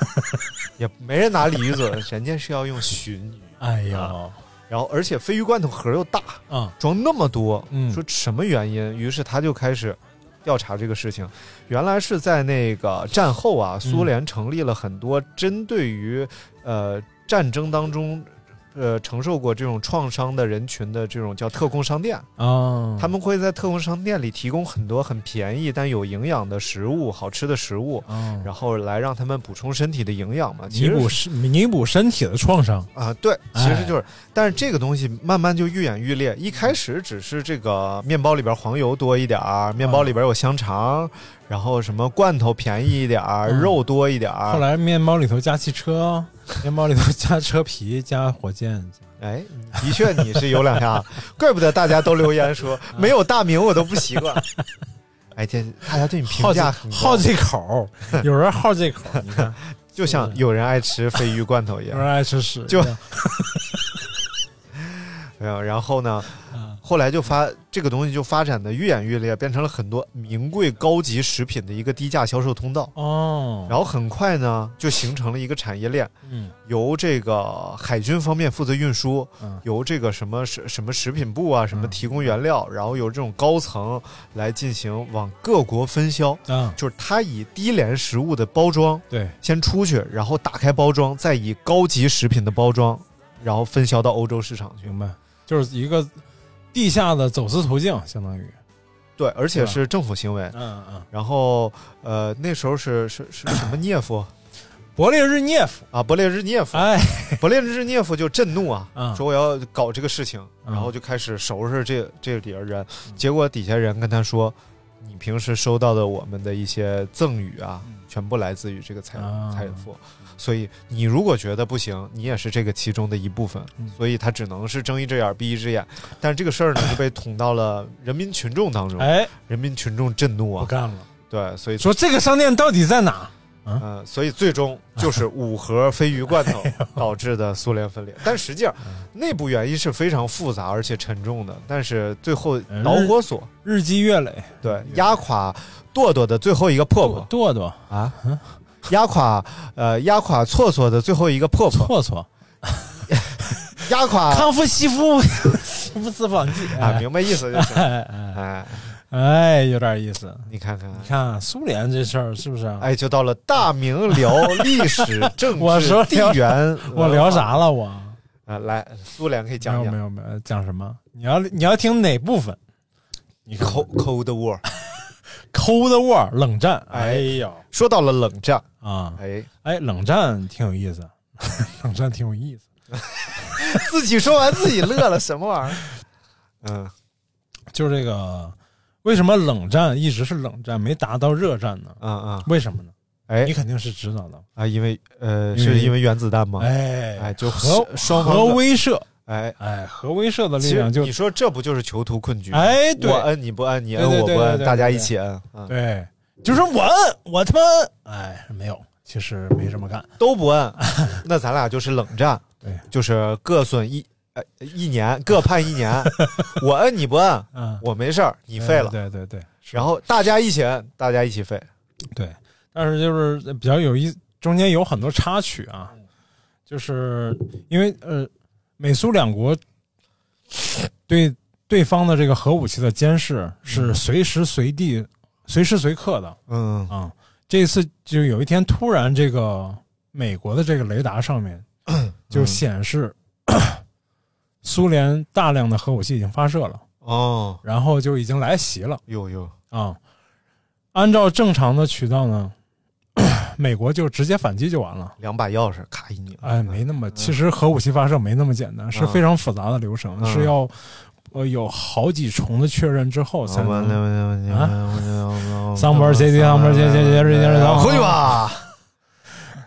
Speaker 2: 也没人拿鲤鱼嘴，人家是要用鲟鱼。
Speaker 3: 哎呦
Speaker 2: 啊然后而且鲱鱼罐头盒又大，
Speaker 3: 啊
Speaker 2: 装那么多，
Speaker 3: 嗯
Speaker 2: 说什么原因？于是他就开始调查这个事情。原来是在那个战后
Speaker 3: 嗯
Speaker 2: 啊，苏联成立了很多针对于呃战争当中。呃，承受过这种创伤的人群的这种叫特供商店，
Speaker 3: 啊！
Speaker 2: 他们会在特供商店里提供很多很便宜但有营养的食物、好吃的食物，
Speaker 3: 啊
Speaker 2: 然后来让他们补充身体的营养嘛。其
Speaker 3: 弥
Speaker 2: 实
Speaker 3: 补
Speaker 2: 是
Speaker 3: 身弥补身体的创伤，
Speaker 2: 啊，对，其
Speaker 3: 哎
Speaker 2: 实就是，但是这个东西慢慢就愈演愈烈。一开始只是这个面包里边黄油多一点儿，面包里边有香肠，然后什么罐头便宜一点儿，
Speaker 3: 嗯
Speaker 2: 肉多一点儿。
Speaker 3: 后，来面包里头加汽 车，面包里头加车皮，加火箭，
Speaker 2: 哎，的确你是有 两下，怪不得大家都留言说
Speaker 3: 嗯
Speaker 2: 没有大名我都不习惯。 哎，这大家对你评
Speaker 3: 好这
Speaker 2: 价很高
Speaker 3: 好这口儿， 有人好这口儿，你看，
Speaker 2: 就像有人爱吃鲱鱼罐头 一
Speaker 3: 有
Speaker 2: 样
Speaker 3: 人。爱吃屎，
Speaker 2: 就
Speaker 3: 你看
Speaker 2: 没有，啊然后呢
Speaker 3: 嗯，
Speaker 2: 后来就发这个东西就发展的愈演愈烈，变成了很多名贵高级食品的一个低价销售通道。
Speaker 3: 哦，
Speaker 2: 然后很快呢，就形成了一个产业链，
Speaker 3: 嗯
Speaker 2: 由这个海军方面负责运输，
Speaker 3: 嗯
Speaker 2: 由这个什么什什么食品部啊，什么
Speaker 3: 嗯
Speaker 2: 提供原料，然后由这种高层来进行往各国分销。
Speaker 3: 啊，
Speaker 2: 就是它以低廉食物的包装
Speaker 3: 对，
Speaker 2: 先出去，然后打开包装，再以高级食品的包装，然后分销到欧洲市场去。
Speaker 3: 明白，就是一个地下的走私途径，相当于，
Speaker 2: 对，而且
Speaker 3: 是吧
Speaker 2: 是政府行为。
Speaker 3: 嗯嗯，
Speaker 2: 然后，呃，那时候是是是什么涅夫
Speaker 3: 勃列日涅夫，
Speaker 2: 啊？勃列日涅夫，
Speaker 3: 哎，
Speaker 2: 勃列日涅夫就震怒啊，
Speaker 3: 嗯
Speaker 2: 说我要搞这个事情，
Speaker 3: 嗯
Speaker 2: 然后就开始收拾这这底下人。结果底下人跟他说：“你平时收到的我们的一些赠与啊，全部来自于这个财
Speaker 3: 啊
Speaker 2: 财富，所以你如果觉得不行，你也是这个其中的一部分。
Speaker 3: 嗯
Speaker 2: 所以他只能是睁一只眼闭一只眼。但是这个事儿呢，就被捅到了人民群众当中，
Speaker 3: 哎，
Speaker 2: 人民群众震怒
Speaker 3: 不
Speaker 2: 啊，
Speaker 3: 干了，
Speaker 2: 对，所以
Speaker 3: 说这个商店到底在哪？
Speaker 2: 嗯、呃，所以最终就是五盒鲱鱼罐 头导致的苏联分裂。但实际上，
Speaker 3: 嗯
Speaker 2: 内部原因是非常复杂而且沉重的。但是最后
Speaker 3: 嗯
Speaker 2: 导火索
Speaker 3: 日积月累，
Speaker 2: 对压垮剁剁的最后一个破破
Speaker 3: 剁剁
Speaker 2: 啊，
Speaker 3: 嗯
Speaker 2: 压垮呃压垮错错的最后一个破
Speaker 3: 错
Speaker 2: 破
Speaker 3: 错。
Speaker 2: 压垮
Speaker 3: 康夫西 夫什么私访记
Speaker 2: 啊，明白意思就行。
Speaker 3: 哎哎，有点意思。
Speaker 2: 你看看，
Speaker 3: 你看苏联这事儿是不是？啊
Speaker 2: 哎，就到了大明聊历史、政治、地缘，
Speaker 3: 我聊啥了我？
Speaker 2: 啊，来，苏联可以讲讲。
Speaker 3: 没有没有呃讲什么？你要你要听哪部分？
Speaker 2: 你 Cold Cold War。
Speaker 3: Cold War 冷战。哎呦，
Speaker 2: 说到了冷战
Speaker 3: 啊，
Speaker 2: 哎
Speaker 3: 哎，冷战挺有意思， 冷战挺有意思。
Speaker 2: 自己说完自己乐了，什么玩意儿？嗯，
Speaker 3: 就这个，为什么冷战一直是冷战，没达到热战呢？
Speaker 2: 啊啊、嗯，嗯、
Speaker 3: 为什么呢？
Speaker 2: 哎，
Speaker 3: 你肯定是知道的
Speaker 2: 啊，因为呃，是因为原子弹吗？
Speaker 3: 哎
Speaker 2: 哎，就
Speaker 3: 核
Speaker 2: 双
Speaker 3: 核威慑，
Speaker 2: 哎
Speaker 3: 哎，核威慑的力量就
Speaker 2: 你说这不就是囚徒困局？
Speaker 3: 哎，对
Speaker 2: 我摁你不摁，你摁我不摁，大家一起摁，嗯、
Speaker 3: 对，就是我摁我他妈摁，哎，没有，其实没这么干，
Speaker 2: 都不 摁，那咱俩就是冷战。
Speaker 3: 对，
Speaker 2: 就是各损一呃一年，各判一 年。我摁你不摁，
Speaker 3: 嗯，
Speaker 2: 我没事儿，你废了。
Speaker 3: 对对对。
Speaker 2: 然后大家一起摁，大家一起废。
Speaker 3: 对，但是就是比较有意，中间有很多插曲啊，就是因为呃，美苏两国对对方的这个核武器的监视是随时随地、随时随刻的。
Speaker 2: 嗯
Speaker 3: 啊，这次就有一天突然，这个美国的这个雷达上面。就显示、嗯、苏联大量的核武器已经发射了
Speaker 2: 哦，
Speaker 3: 然后就已经来袭了。
Speaker 2: 哟哟
Speaker 3: 啊！按照正常的渠道呢，美国就直接反击就完了，
Speaker 2: 两把钥匙咔一拧。
Speaker 3: 哎，没那么，其实核武器发射没那么简单，嗯、是非常复杂的流程，嗯、是要呃有好几重的确认之后才能啊。桑博杰杰桑博杰杰杰杰杰，咱
Speaker 2: 会吧？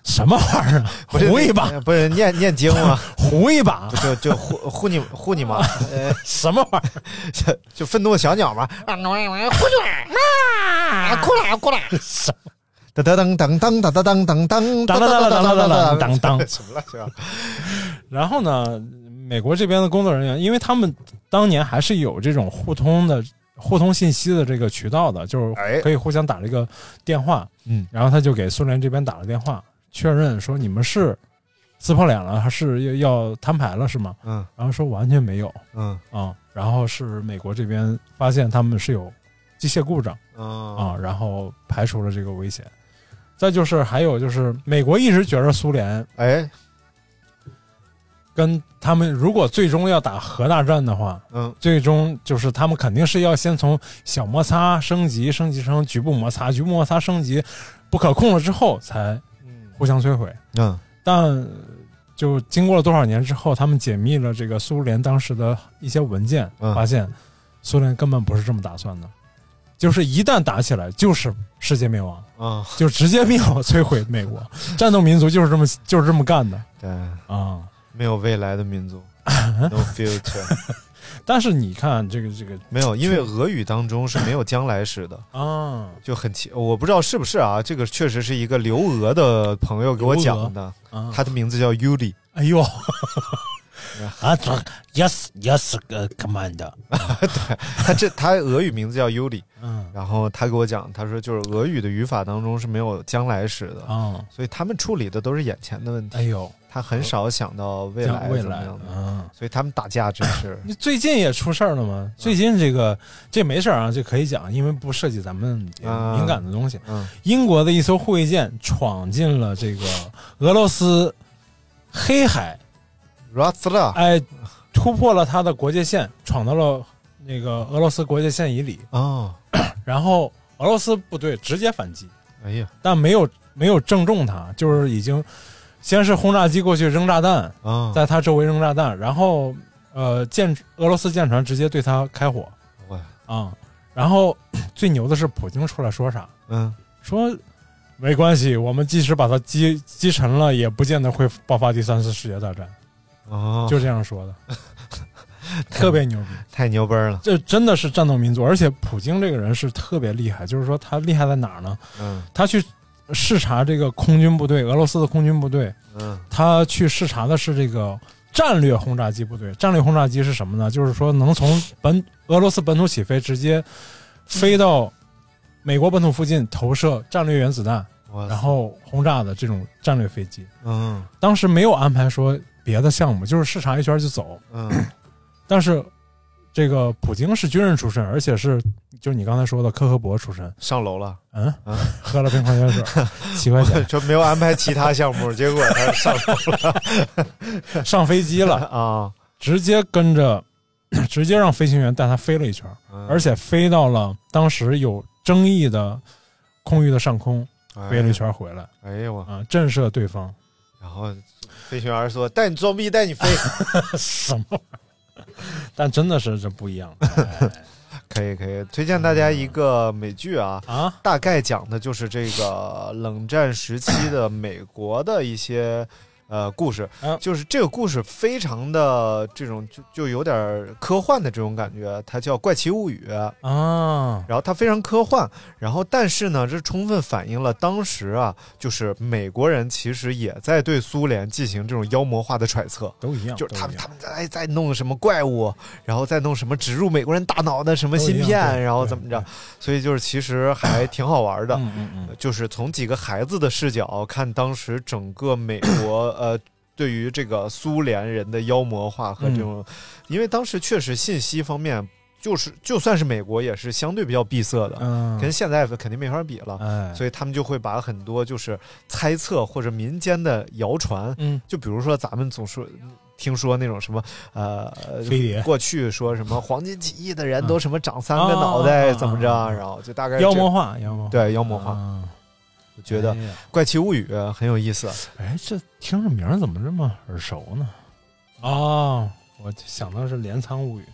Speaker 3: 什么玩意儿？胡一把
Speaker 2: 不是念念经吗？
Speaker 3: 胡一把
Speaker 2: 就就护护你护你妈！呃，
Speaker 3: 什么玩意
Speaker 2: 儿？就愤怒小鸟嘛！啊，呼啦呼啦呼啦！噔噔噔噔噔噔噔噔噔
Speaker 3: 噔噔噔噔噔噔！
Speaker 2: 什么乱七八糟？
Speaker 3: 然后呢，美国这边的工作人员，因为他们当年还是有这种互通的。互通信息的这个渠道的，就是可以互相打这个电话，
Speaker 2: 哎嗯，
Speaker 3: 然后他就给苏联这边打了电话，确认说你们是撕破脸了，还是要摊牌了是吗？
Speaker 2: 嗯，
Speaker 3: 然后说完全没有，
Speaker 2: 嗯
Speaker 3: 啊、嗯，然后是美国这边发现他们是有机械故障，啊、
Speaker 2: 嗯
Speaker 3: 嗯，然后排除了这个危险。再就是还有就是美国一直觉着苏联，
Speaker 2: 哎，
Speaker 3: 跟。他们如果最终要打核大战的话，
Speaker 2: 嗯，
Speaker 3: 最终就是他们肯定是要先从小摩擦升级，升级成局部摩擦，局部摩擦升级不可控了之后才互相摧毁。
Speaker 2: 嗯，
Speaker 3: 但就经过了多少年之后，他们解密了这个苏联当时的一些文件，
Speaker 2: 嗯、
Speaker 3: 发现苏联根本不是这么打算的，就是一旦打起来就是世界灭亡啊，
Speaker 2: 嗯、
Speaker 3: 就直接灭亡摧毁美国，战斗民族就是这么就是这么干的。
Speaker 2: 对
Speaker 3: 啊。
Speaker 2: 嗯没有未来的民族，no future。
Speaker 3: 但是你看这个这个
Speaker 2: 没有，因为俄语当中是没有将来时的
Speaker 3: 啊，
Speaker 2: 就很奇，我不知道是不是啊。这个确实是一个留俄的朋友给我讲的，
Speaker 3: 啊、
Speaker 2: 他的名字叫 Yuli。
Speaker 3: 哎呦，啊，yes yes，呃，command。
Speaker 2: 对他这他俄语名字叫 Yuli，
Speaker 3: 嗯，
Speaker 2: 然后他给我讲，他说就是俄语的语法当中是没有将来时的
Speaker 3: 啊，
Speaker 2: 所以他们处理的都是眼前的问题。
Speaker 3: 哎呦。
Speaker 2: 他很少想到未来
Speaker 3: 未来，啊
Speaker 2: 嗯，所以他们打架真是。
Speaker 3: 最近也出事儿了吗？最近这个这没事儿啊，这可以讲，因为不涉及咱们敏感的东西。
Speaker 2: 嗯，
Speaker 3: 英国的一艘护卫舰闯进了这个俄罗斯黑海
Speaker 2: r a s l a
Speaker 3: 哎，突破了它的国界线，闯到了那个俄罗斯国界线以里
Speaker 2: 啊。
Speaker 3: 然后俄罗斯部队直接反击，
Speaker 2: 哎呀，
Speaker 3: 但没有没有正中它，就是已经。先是轰炸机过去扔炸弹，
Speaker 2: 哦、
Speaker 3: 在他周围扔炸弹，然后呃舰俄罗斯舰船直接对他开火，啊、嗯，然后 最牛的是普京出来说啥？
Speaker 2: 嗯，
Speaker 3: 说没关系，我们即使把它击击沉了，也不见得会爆发第三次世界大战，
Speaker 2: 哦，
Speaker 3: 就这样说的，特别牛逼，
Speaker 2: 太牛掰了，
Speaker 3: 这真的是战斗民族，而且普京这个人是特别厉害，就是说他厉害在哪儿呢？
Speaker 2: 嗯，
Speaker 3: 他去。视察这个空军部队，俄罗斯的空军部队，
Speaker 2: 嗯，
Speaker 3: 他去视察的是这个战略轰炸机部队。战略轰炸机是什么呢？就是说能从本俄罗斯本土起飞，直接飞到美国本土附近投射战略原子弹，
Speaker 2: 哇塞
Speaker 3: 然后轰炸的这种战略飞机。
Speaker 2: 嗯
Speaker 3: 当时没有安排说别的项目，就是视察一圈就走。
Speaker 2: 嗯，
Speaker 3: 但是这个普京是军人出身，而且是就是你刚才说的科赫伯出身，
Speaker 2: 上楼了，
Speaker 3: 嗯，喝了冰矿泉水，七块 钱，
Speaker 2: 这没有安排其他项目，结果他上楼了，
Speaker 3: 上飞机 了
Speaker 2: 啊，
Speaker 3: 直接跟着， 直接让飞行员带他飞了一圈，
Speaker 2: 嗯
Speaker 3: 而且飞到了当时有争议的空域的上空，飞了一圈回来，
Speaker 2: 哎呦我，
Speaker 3: 啊，震慑对方，
Speaker 2: 然后哎飞行员说带你装逼，带你飞，
Speaker 3: 什么玩意儿？但真的是这不一样，
Speaker 2: 可以可以，推荐大家一个美剧啊
Speaker 3: 啊，
Speaker 2: 大概讲的就是这个冷战时期的美国的一些呃故事，就是这个故事非常的这种就就有点儿科幻的这种感觉，它叫《怪奇物语》
Speaker 3: 啊，
Speaker 2: 然后它非常科幻，然后但是呢，这充分反映了当时啊，就是美国人其实也在对苏联进行这种妖魔化的揣测，
Speaker 3: 都一样，
Speaker 2: 就是他们他们在在弄什么怪物，然后再弄什么植入美国人大脑的什么芯
Speaker 3: 都一样
Speaker 2: 片，
Speaker 3: 对
Speaker 2: 然后怎么着，所以就是其实还挺好玩的，
Speaker 3: 嗯嗯嗯，
Speaker 2: 就是从几个孩子的视角看当时整个美国 呃。对于这个苏联人的妖魔化和这种，
Speaker 3: 嗯
Speaker 2: 因为当时确实信息方面，就是就算是美国也是相对比较闭塞的，
Speaker 3: 嗯
Speaker 2: 跟现在肯定没法比了，
Speaker 3: 哎
Speaker 2: 所以他们就会把很多就是猜测或者民间的谣传，
Speaker 3: 嗯
Speaker 2: 就比如说咱们总说。听说那种什么呃
Speaker 3: 飞碟，
Speaker 2: 过去说什么黄金起义的人都什么长三
Speaker 3: 啊
Speaker 2: 个脑袋
Speaker 3: 啊
Speaker 2: 怎么着，然后就大概
Speaker 3: 妖
Speaker 2: 这
Speaker 3: 魔化，嗯妖魔化，啊
Speaker 2: 对妖魔化，我觉得
Speaker 3: 哎
Speaker 2: 《
Speaker 3: 呀
Speaker 2: 怪奇物语》很有意思。
Speaker 3: 哎，这听着名儿怎么这么耳熟呢？哦，我想到是《镰仓物语》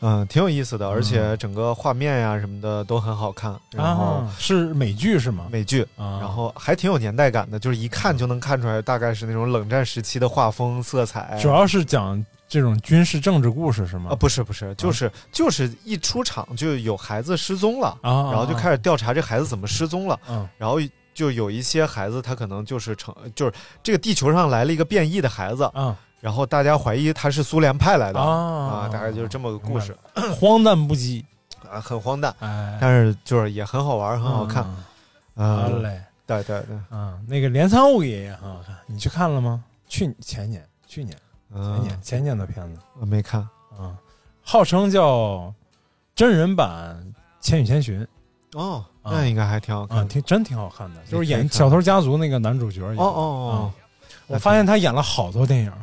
Speaker 2: 嗯，挺有意思的，而且整个画面呀、什么的都很好看。然后
Speaker 3: 啊，是美剧是吗？
Speaker 2: 美剧，
Speaker 3: 啊
Speaker 2: 然后还挺有年代感的，就是一看就能看出来，大概是那种冷战时期的画风、色彩。
Speaker 3: 主要是讲这种军事政治故事是吗？
Speaker 2: 哎啊，不是不是，就是就是一出场就有孩子失踪了，
Speaker 3: 啊啊
Speaker 2: 然后就开始调查这孩子怎么失踪了，
Speaker 3: 嗯
Speaker 2: 然后就有一些孩子他可能就是成就是这个地球上来了一个变异的孩子，
Speaker 3: 嗯，
Speaker 2: 然后大家怀疑他是苏联派来的
Speaker 3: 啊
Speaker 2: 大概就是这么个故事，
Speaker 3: 荒诞不羁，
Speaker 2: 啊，很荒诞，
Speaker 3: 哎，啊
Speaker 2: 但是就是也很好玩，很好看，
Speaker 3: 好
Speaker 2: 嗯，
Speaker 3: 嘞，
Speaker 2: 对对对，
Speaker 3: 嗯，那个《镰仓物语》也很好看，你去看了吗？去前年，去年，前
Speaker 2: 嗯
Speaker 3: 年，，前年的片子
Speaker 2: 我嗯没看，
Speaker 3: 啊，号称叫真人版《千与千寻》
Speaker 2: 哦，
Speaker 3: 啊
Speaker 2: 那应该还挺好
Speaker 3: 啊，
Speaker 2: 看的，
Speaker 3: 挺真挺好看的，就是演《
Speaker 2: 你可以看
Speaker 3: 小偷家族》那个男主角。
Speaker 2: 哦哦哦，
Speaker 3: 我发现他演了好多电影，《嗯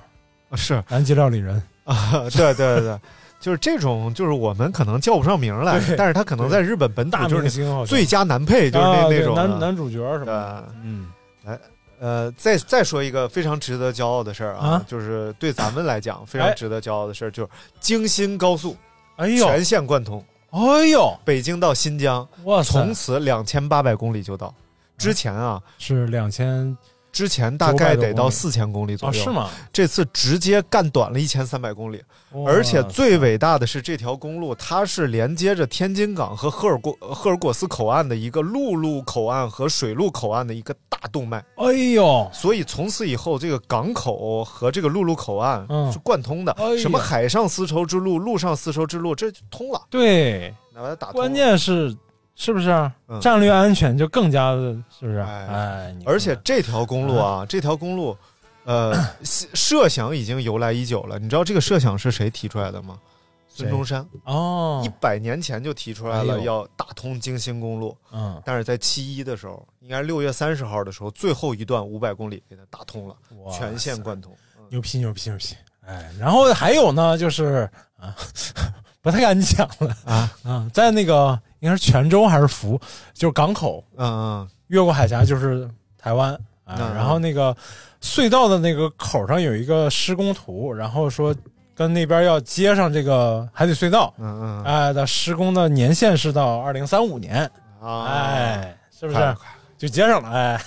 Speaker 2: 啊是
Speaker 3: 南极料理 人》
Speaker 2: 啊，对对对， 就是这种，就是我们可能叫不上名来
Speaker 3: 对，
Speaker 2: 但是他可能在日本本
Speaker 3: 大
Speaker 2: 土就是
Speaker 3: 明星好像
Speaker 2: 那最佳男配，就是
Speaker 3: 啊
Speaker 2: 那
Speaker 3: 对
Speaker 2: 那种的
Speaker 3: 男男主角什么的
Speaker 2: 对。
Speaker 3: 嗯，
Speaker 2: 哎，呃，再再说一个非常值得骄傲的事儿啊
Speaker 3: 啊，
Speaker 2: 就是对咱们来讲非常值得骄傲的事儿，就是京新高速
Speaker 3: 哎呦，
Speaker 2: 全线贯通，
Speaker 3: 哎呦，
Speaker 2: 北京到新疆，
Speaker 3: 哇塞，嗯
Speaker 2: 从此两千八百公里就到。之前啊，
Speaker 3: 是两千
Speaker 2: 之前大概得到四
Speaker 3: 900
Speaker 2: 千公里左
Speaker 3: 啊？
Speaker 2: 右，
Speaker 3: 是？吗？
Speaker 2: 这次直接干短了一千三百公里，
Speaker 3: 哇
Speaker 2: 而且最伟大的是这条公路，它是连接着天津港和赫尔果赫尔果斯口岸的一个陆路口岸和水路口岸的一个大动脉，
Speaker 3: 哎呦，
Speaker 2: 所以从此以后，这个港口和这个陆路口岸
Speaker 3: 嗯
Speaker 2: 是贯通的，
Speaker 3: 哎呀
Speaker 2: 什么海上丝绸之路、陆上丝绸之路，这就通了，
Speaker 3: 对，
Speaker 2: 那把它打通了
Speaker 3: 关。键是是不是啊
Speaker 2: 嗯
Speaker 3: 战略安全就更加的，是不是？
Speaker 2: 哎
Speaker 3: 哎，你看
Speaker 2: 而且这条公路啊，这条公路，呃，设设想已经由来已久了。你知道这个设想是谁提出来的吗？孙中山
Speaker 3: 哦
Speaker 2: 一，百年前就提出来
Speaker 3: 哎
Speaker 2: 了，
Speaker 3: 呦
Speaker 2: 要打通京新公路。
Speaker 3: 嗯，
Speaker 2: 但是在七一的时候，应该是六月三十号的时候，最后一段五百公里给它打通了，
Speaker 3: 哇塞
Speaker 2: 全线贯通。
Speaker 3: 牛皮牛皮牛皮，哎，然后还有呢，就是啊， 不太敢讲了
Speaker 2: 啊
Speaker 3: 啊，在那个应该是泉州还是福，就是港口
Speaker 2: 嗯
Speaker 3: 越过海峡就是台湾啊，
Speaker 2: 嗯
Speaker 3: 然后那个隧道的那个口上有一个施工图，然后说跟那边要接上这个海底隧道，
Speaker 2: 嗯嗯
Speaker 3: 哎的施工的年限是到二零三五年，
Speaker 2: 嗯啊，
Speaker 3: 哎，是不
Speaker 2: 快了
Speaker 3: 是
Speaker 2: 快了
Speaker 3: 就接上了？哎，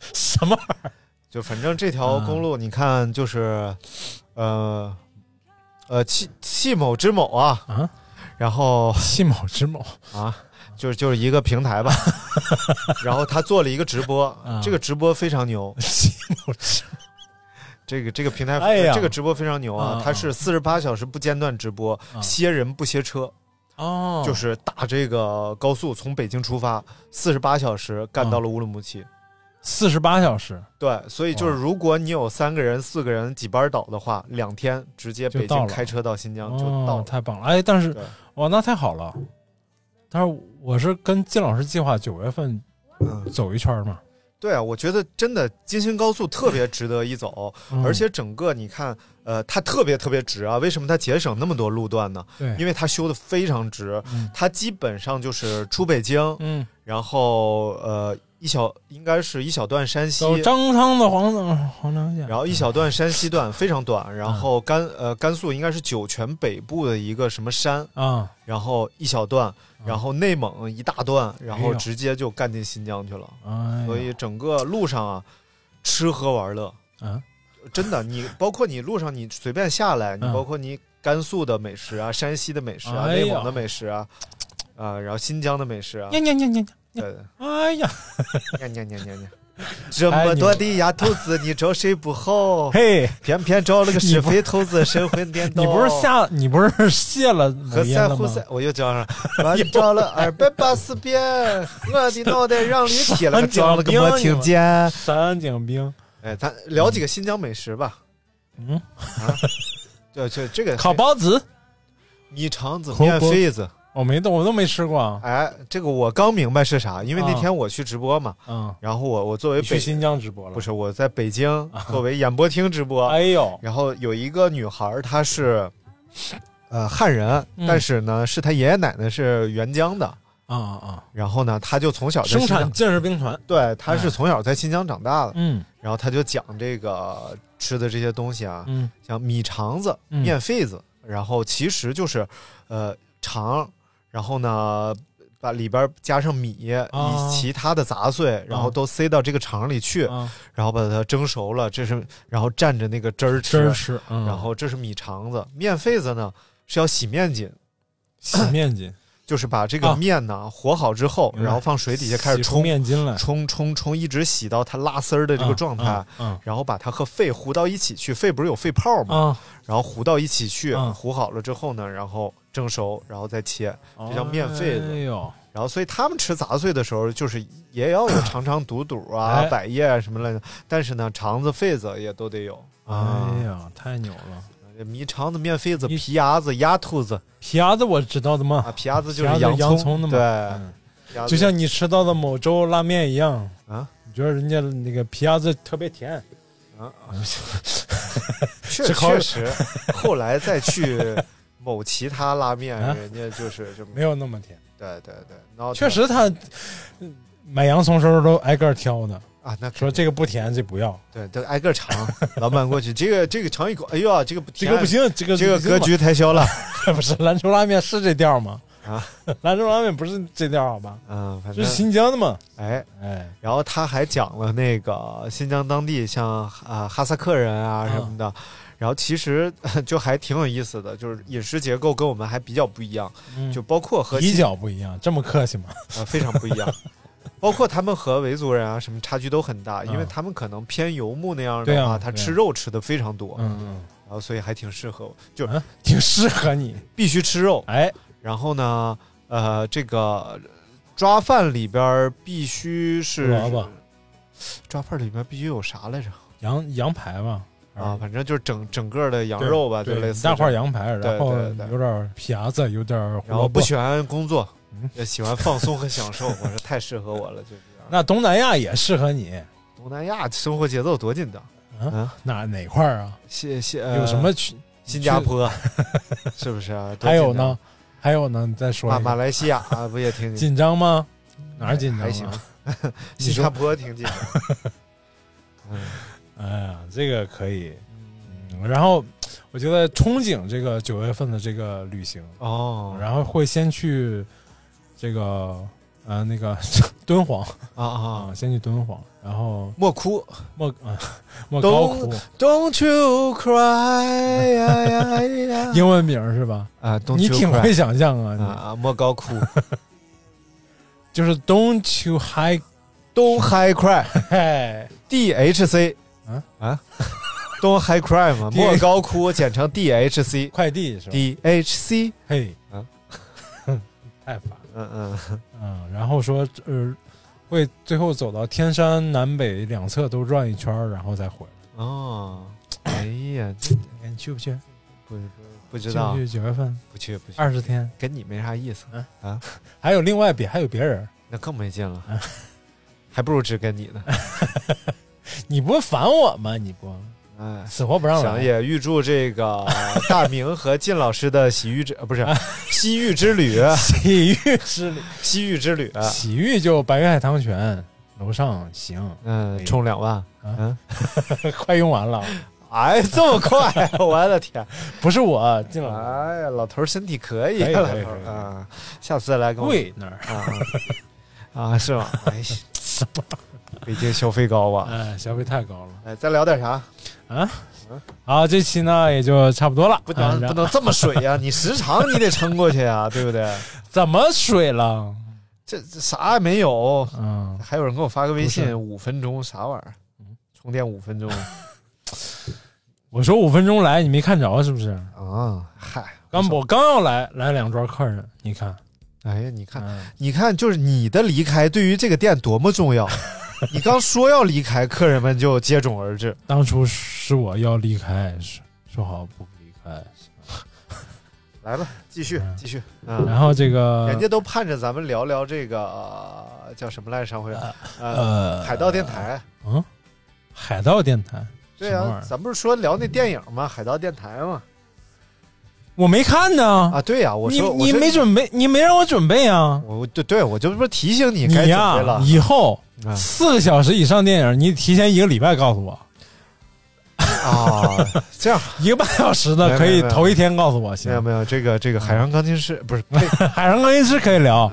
Speaker 3: 什么玩意儿？
Speaker 2: 就反正这
Speaker 3: 嗯
Speaker 2: 条公路，你看就是，呃，呃，戚戚某之某啊，
Speaker 3: 啊
Speaker 2: 然后
Speaker 3: 戚某之某
Speaker 2: 啊，就是就是一个 平台吧，然后他做了一个直播，
Speaker 3: 啊
Speaker 2: 这个直播非常牛，这个这个平台、
Speaker 3: 哎呀
Speaker 2: 这个直播非常牛啊
Speaker 3: 啊，
Speaker 2: 它是四十八小时不间断直播，歇人不歇车，
Speaker 3: 哦，
Speaker 2: 就是打这个高速从北京出发，四十八小时干到了乌鲁木齐。
Speaker 3: 四十八小时，
Speaker 2: 对，所以
Speaker 3: 哦
Speaker 2: 就是如果你有三个人、四个人几班倒的话，两天直接
Speaker 3: 就
Speaker 2: 北
Speaker 3: 到
Speaker 2: 京
Speaker 3: 了
Speaker 2: 开车到新疆就
Speaker 3: 哦
Speaker 2: 到了。
Speaker 3: 太棒了！哎，但是
Speaker 2: 对
Speaker 3: 哇，那太好了。但是我是跟金老师计划九月份
Speaker 2: 嗯
Speaker 3: 走一圈嘛，
Speaker 2: 对啊，我觉得真的京新高速特别值得一走，
Speaker 3: 嗯
Speaker 2: 而且整个你看，呃，它特别特别值啊。为什么它节省那么多路段呢？
Speaker 3: 对
Speaker 2: 因为它修的非常值，
Speaker 3: 嗯
Speaker 2: 它基本上就是出北京，
Speaker 3: 嗯，
Speaker 2: 然后呃一小应该是一小段山西，
Speaker 3: 走张汤的黄黄长 线，
Speaker 2: 然后一小段山西段非常短，然后甘呃甘肃应该是酒泉北部的一个什么山
Speaker 3: 啊，
Speaker 2: 然后一小段，然后内蒙一大段，
Speaker 3: 嗯
Speaker 2: 然
Speaker 3: 哎
Speaker 2: 后
Speaker 3: 呦
Speaker 2: 直接就干进新疆去了。
Speaker 3: 哎呀
Speaker 2: 所以整个路上啊，吃喝玩乐，
Speaker 3: 啊，
Speaker 2: 真的，你包括你路上你随便下来，你
Speaker 3: 嗯
Speaker 2: 包括你甘肃的美食啊、山西的美食啊、
Speaker 3: 哎呀哎
Speaker 2: 内蒙的美食啊，啊，然后新疆的美食啊，
Speaker 3: 呀呀呀呀
Speaker 2: 对对。
Speaker 3: 哎呀，
Speaker 2: 呀呀呀呀呀！ 这
Speaker 3: 哎
Speaker 2: 么多的丫头子，你找谁不好？
Speaker 3: 嘿，
Speaker 2: 偏偏找了个
Speaker 3: 你
Speaker 2: 是
Speaker 3: 不
Speaker 2: 非头子，神魂颠倒。
Speaker 3: 你不是下你不是卸了某
Speaker 2: 哦和
Speaker 3: 烟
Speaker 2: 散
Speaker 3: 了
Speaker 2: 胡
Speaker 3: 吗？
Speaker 2: 散，我又叫上了，我找了二百八十遍，我的脑袋让你铁了个 装了个没听见。
Speaker 3: 三井兵，
Speaker 2: 哎，咱聊几个新疆美食吧。啊
Speaker 3: 嗯，
Speaker 2: 就就这 个
Speaker 3: 烤包子、
Speaker 2: 你肠子、面肺子，
Speaker 3: 我没动，我都没吃过啊。
Speaker 2: 哎，这个我刚明白是啥，因为那
Speaker 3: 啊
Speaker 2: 天我去直播嘛，
Speaker 3: 嗯，
Speaker 2: 然后我我作为
Speaker 3: 你去
Speaker 2: 北
Speaker 3: 新疆直播了啊
Speaker 2: 不？是我在北京作为演播厅直播，
Speaker 3: 哎呦，
Speaker 2: 然后有一个女孩儿，她是呃汉人，
Speaker 3: 嗯
Speaker 2: 但是呢是她爷爷奶奶是沅江的，
Speaker 3: 啊啊
Speaker 2: 然后呢她就从小
Speaker 3: 啊！
Speaker 2: 在
Speaker 3: 生
Speaker 2: 新疆
Speaker 3: 产建设兵团，
Speaker 2: 对，她是从小在新疆长大的，
Speaker 3: 嗯
Speaker 2: 然后她就讲这个吃的这些东西啊，
Speaker 3: 嗯
Speaker 2: 像米肠子、
Speaker 3: 嗯
Speaker 2: 面肺子，然后其实就是呃肠，然后呢。把里边加上米、以其他的杂碎，然后都塞到这个肠里去，
Speaker 3: 啊，
Speaker 2: 然后把它蒸熟了。这是然后蘸着那个汁儿吃，
Speaker 3: 真是，嗯
Speaker 2: 然后这是米肠子，面肺子呢是要洗面巾，
Speaker 3: 洗面巾，
Speaker 2: 就是把这个
Speaker 3: 啊
Speaker 2: 面呢、和好之后，
Speaker 3: 明白
Speaker 2: 然后放水底下开
Speaker 3: 洗
Speaker 2: 始
Speaker 3: 出
Speaker 2: 冲
Speaker 3: 面巾来，
Speaker 2: 冲冲冲，一直洗到它拉丝儿的这个状态，
Speaker 3: 啊啊
Speaker 2: 然后把它和肺糊到一起去，肺不是有肺泡吗？
Speaker 3: 啊，
Speaker 2: 然后糊到一起去，
Speaker 3: 啊
Speaker 2: 糊好了之后呢，然后蒸熟，然后再切，这叫面肺子。
Speaker 3: 哎呦，
Speaker 2: 然后，所以他们吃杂碎的时候，就是也要有肠肠肚肚啊、
Speaker 3: 哎
Speaker 2: 百叶啊什么来的，但是呢，肠子、肺子也都得有啊。
Speaker 3: 哎呀，太牛了！
Speaker 2: 米肠子、面肺子、皮牙子、鸭兔子，
Speaker 3: 皮牙子我知道的
Speaker 2: 啊，
Speaker 3: 嘛，
Speaker 2: 皮鸭子就
Speaker 3: 皮
Speaker 2: 是
Speaker 3: 鸭子洋
Speaker 2: 葱
Speaker 3: 葱的嘛
Speaker 2: 对，
Speaker 3: 嗯
Speaker 2: 皮鸭子
Speaker 3: 就像你吃到的某州拉面一样
Speaker 2: 啊。
Speaker 3: 你觉得人家那个皮鸭子特别甜，
Speaker 2: 啊，确
Speaker 3: 吃烤
Speaker 2: 确实， 后来再去某其他拉面，
Speaker 3: 啊
Speaker 2: 人家就是就
Speaker 3: 没有那么甜。
Speaker 2: 对对对，然后
Speaker 3: 确实，他嗯买洋葱时候都挨个儿挑的，
Speaker 2: 啊，那肯
Speaker 3: 说
Speaker 2: 定
Speaker 3: 这个不甜，这不要，
Speaker 2: 对都挨个尝，老板过去这个这个尝一口，哎呦啊，这个不
Speaker 3: 这
Speaker 2: 甜
Speaker 3: 个不，行，这个
Speaker 2: 这个
Speaker 3: 不行嘛
Speaker 2: 格局太小了
Speaker 3: 不是兰州拉面是这调吗？
Speaker 2: 啊，
Speaker 3: 兰州拉面不是这调好吧？
Speaker 2: 嗯，反
Speaker 3: 这
Speaker 2: 正
Speaker 3: 是新疆的嘛？
Speaker 2: 哎。
Speaker 3: 哎，
Speaker 2: 然后他还讲了那个新疆当地像啊、呃哈萨克人啊什么的，然后其实 就还挺有意思的，就是饮食结构跟我们还比较不一样，
Speaker 3: 嗯
Speaker 2: 就包括和
Speaker 3: 比
Speaker 2: 新
Speaker 3: 较不一样，这么客气吗？
Speaker 2: 啊、非常不一样， 包括他们和维族人啊什么差距都很大，因为他们可能偏游牧那样的
Speaker 3: 啊对
Speaker 2: 话，
Speaker 3: 啊
Speaker 2: 他
Speaker 3: 对啊
Speaker 2: 吃肉吃的非常多，
Speaker 3: 嗯
Speaker 2: 然后所以还挺适合我，就
Speaker 3: 嗯，啊，挺适合你。
Speaker 2: 必须吃肉，
Speaker 3: 哎，
Speaker 2: 然后呢，呃，这个抓饭里边儿必须是
Speaker 3: 胡萝卜，
Speaker 2: 抓饭里边儿必须有啥来着？
Speaker 3: 羊羊排吧，
Speaker 2: 啊，
Speaker 3: 还是
Speaker 2: 反正就是整整个的羊肉吧，就
Speaker 3: 哎对
Speaker 2: 类
Speaker 3: 一
Speaker 2: 似
Speaker 3: 大块
Speaker 2: 这样。
Speaker 3: 羊排，
Speaker 2: 对
Speaker 3: 然后
Speaker 2: 对对
Speaker 3: 有点皮牙子，有点胡
Speaker 2: 然
Speaker 3: 萝
Speaker 2: 后
Speaker 3: 卜。
Speaker 2: 不喜欢工作
Speaker 3: 嗯，
Speaker 2: 也喜欢放松和享受。我说太适合我了，就是这样。
Speaker 3: 那东南亚也适合你，
Speaker 2: 东南亚生活节奏多紧张
Speaker 3: 嗯
Speaker 2: 啊！
Speaker 3: 哪哪块儿啊？
Speaker 2: 谢谢。呃
Speaker 3: 有什么去？
Speaker 2: 新加坡是不是 啊？多
Speaker 3: 还有
Speaker 2: 紧张
Speaker 3: 呢？？还有呢？你再说
Speaker 2: 马
Speaker 3: 一
Speaker 2: 马
Speaker 3: 个。
Speaker 2: 来西亚啊，不也挺紧
Speaker 3: 紧张吗？哪儿紧张？啊
Speaker 2: 还行。
Speaker 3: 你
Speaker 2: 新
Speaker 3: 说
Speaker 2: 加 坡挺紧张。嗯
Speaker 3: 哎呀，这个可以。嗯，然后我觉得憧憬这个九月份的这个旅行，
Speaker 2: 哦，
Speaker 3: 然后会先去这个呃那个 敦煌
Speaker 2: 啊啊
Speaker 3: 啊，，先去敦煌，然后
Speaker 2: 莫哭
Speaker 3: 莫啊莫高窟，
Speaker 2: ，Don't you cry 呀哎呀呀
Speaker 3: 英文名是吧？
Speaker 2: 啊，Don't
Speaker 3: 你
Speaker 2: you
Speaker 3: 挺
Speaker 2: cry
Speaker 3: 会想象啊！
Speaker 2: 啊
Speaker 3: 你
Speaker 2: 啊，莫高窟
Speaker 3: 就是 Don't you high 哎
Speaker 2: Don't high cry DHC
Speaker 3: 啊
Speaker 2: 啊 Don't high cry 嘛，
Speaker 3: D-
Speaker 2: 莫高哭，简称 DHC
Speaker 3: 快递是吧
Speaker 2: DHC
Speaker 3: 嘿
Speaker 2: 啊，
Speaker 3: 太烦了。
Speaker 2: 嗯嗯
Speaker 3: 嗯，然后说呃，会最后走到天山南北两侧都转一圈儿，然后再回来。
Speaker 2: 哦，哎呀，这
Speaker 3: 你看你去不去？
Speaker 2: 哎不不知道
Speaker 3: 去不去九月份
Speaker 2: 不去不去，
Speaker 3: 二十天，
Speaker 2: 跟你没啥意思
Speaker 3: 嗯
Speaker 2: 啊，
Speaker 3: 还有另外别还有别人，
Speaker 2: 那更没劲了，
Speaker 3: 嗯
Speaker 2: 还不如只跟你呢。
Speaker 3: 你不烦我吗？你不
Speaker 2: 哎，
Speaker 3: 死活不让
Speaker 2: 行，
Speaker 3: 来。
Speaker 2: 也预祝这 个大明和靳老师的洗浴之呃不是西域之旅，
Speaker 3: 洗浴之旅，
Speaker 2: 西域之旅，
Speaker 3: 洗浴就白云海棠泉楼上行，
Speaker 2: 嗯，充两万，嗯，
Speaker 3: 快用完了。
Speaker 2: 哎，这 么快，我的天，
Speaker 3: 不是我进了
Speaker 2: 哎呀，老头儿身体可以，
Speaker 3: 可以
Speaker 2: 老
Speaker 3: 可以
Speaker 2: 头儿
Speaker 3: 可以
Speaker 2: 啊，下次再来跟我
Speaker 3: 贵那儿，
Speaker 2: 啊啊，是吗？ 哎，北京消费高吧？
Speaker 3: 哎，消费太高了
Speaker 2: 哎，再聊点啥？
Speaker 3: 啊。好，这期呢也就差不多了，
Speaker 2: 不
Speaker 3: 啊
Speaker 2: 能
Speaker 3: 然
Speaker 2: 不能这么水呀、你时长你得撑过去呀、对不对？
Speaker 3: 怎么水了？
Speaker 2: 这这啥也没有，
Speaker 3: 嗯，
Speaker 2: 还有人给我发个微
Speaker 3: 不
Speaker 2: 信，
Speaker 3: 是嗯
Speaker 2: 五分钟啥玩意儿？充电 五分钟
Speaker 3: 我说五分钟来，你没看着是不是？
Speaker 2: 啊！嗨，
Speaker 3: 刚
Speaker 2: 不
Speaker 3: 我刚要来来两桌客人，你看，
Speaker 2: 哎呀，你看，
Speaker 3: 嗯
Speaker 2: 你看，就是你的离开对于这个店多么 重要。你刚说要离开，客人们就接踵而至。
Speaker 3: 当初是我要离开，说说好不离开，
Speaker 2: 来吧，继续
Speaker 3: 嗯
Speaker 2: 继续。嗯，
Speaker 3: 然后呃这个
Speaker 2: 人家都盼着咱们聊聊这个、呃叫什么来着？上回呃，
Speaker 3: 呃
Speaker 2: 海盗电台。
Speaker 3: 嗯，海盗电台，
Speaker 2: 对
Speaker 3: 什么
Speaker 2: 呀
Speaker 3: 玩，意儿？
Speaker 2: 咱不是说聊那电影吗？海盗电台吗？
Speaker 3: 我没看呢，
Speaker 2: 啊，对呀，我
Speaker 3: 你
Speaker 2: 说
Speaker 3: 你没，准备，你没让我准备啊。
Speaker 2: 我说我对对，我这不是提醒你
Speaker 3: 你
Speaker 2: 该准备
Speaker 3: 呀
Speaker 2: 了，。
Speaker 3: 以后
Speaker 2: 啊
Speaker 3: 四个小时以上电影，你提前一个礼拜告诉我，
Speaker 2: 啊，这样
Speaker 3: 一个半小时
Speaker 2: 没
Speaker 3: 的
Speaker 2: 有
Speaker 3: 可以
Speaker 2: 没有
Speaker 3: 头一天告诉我，
Speaker 2: 没有
Speaker 3: 行。
Speaker 2: 没有，这个这
Speaker 3: 嗯
Speaker 2: 个海上钢琴师不是
Speaker 3: 海上钢琴师可以聊，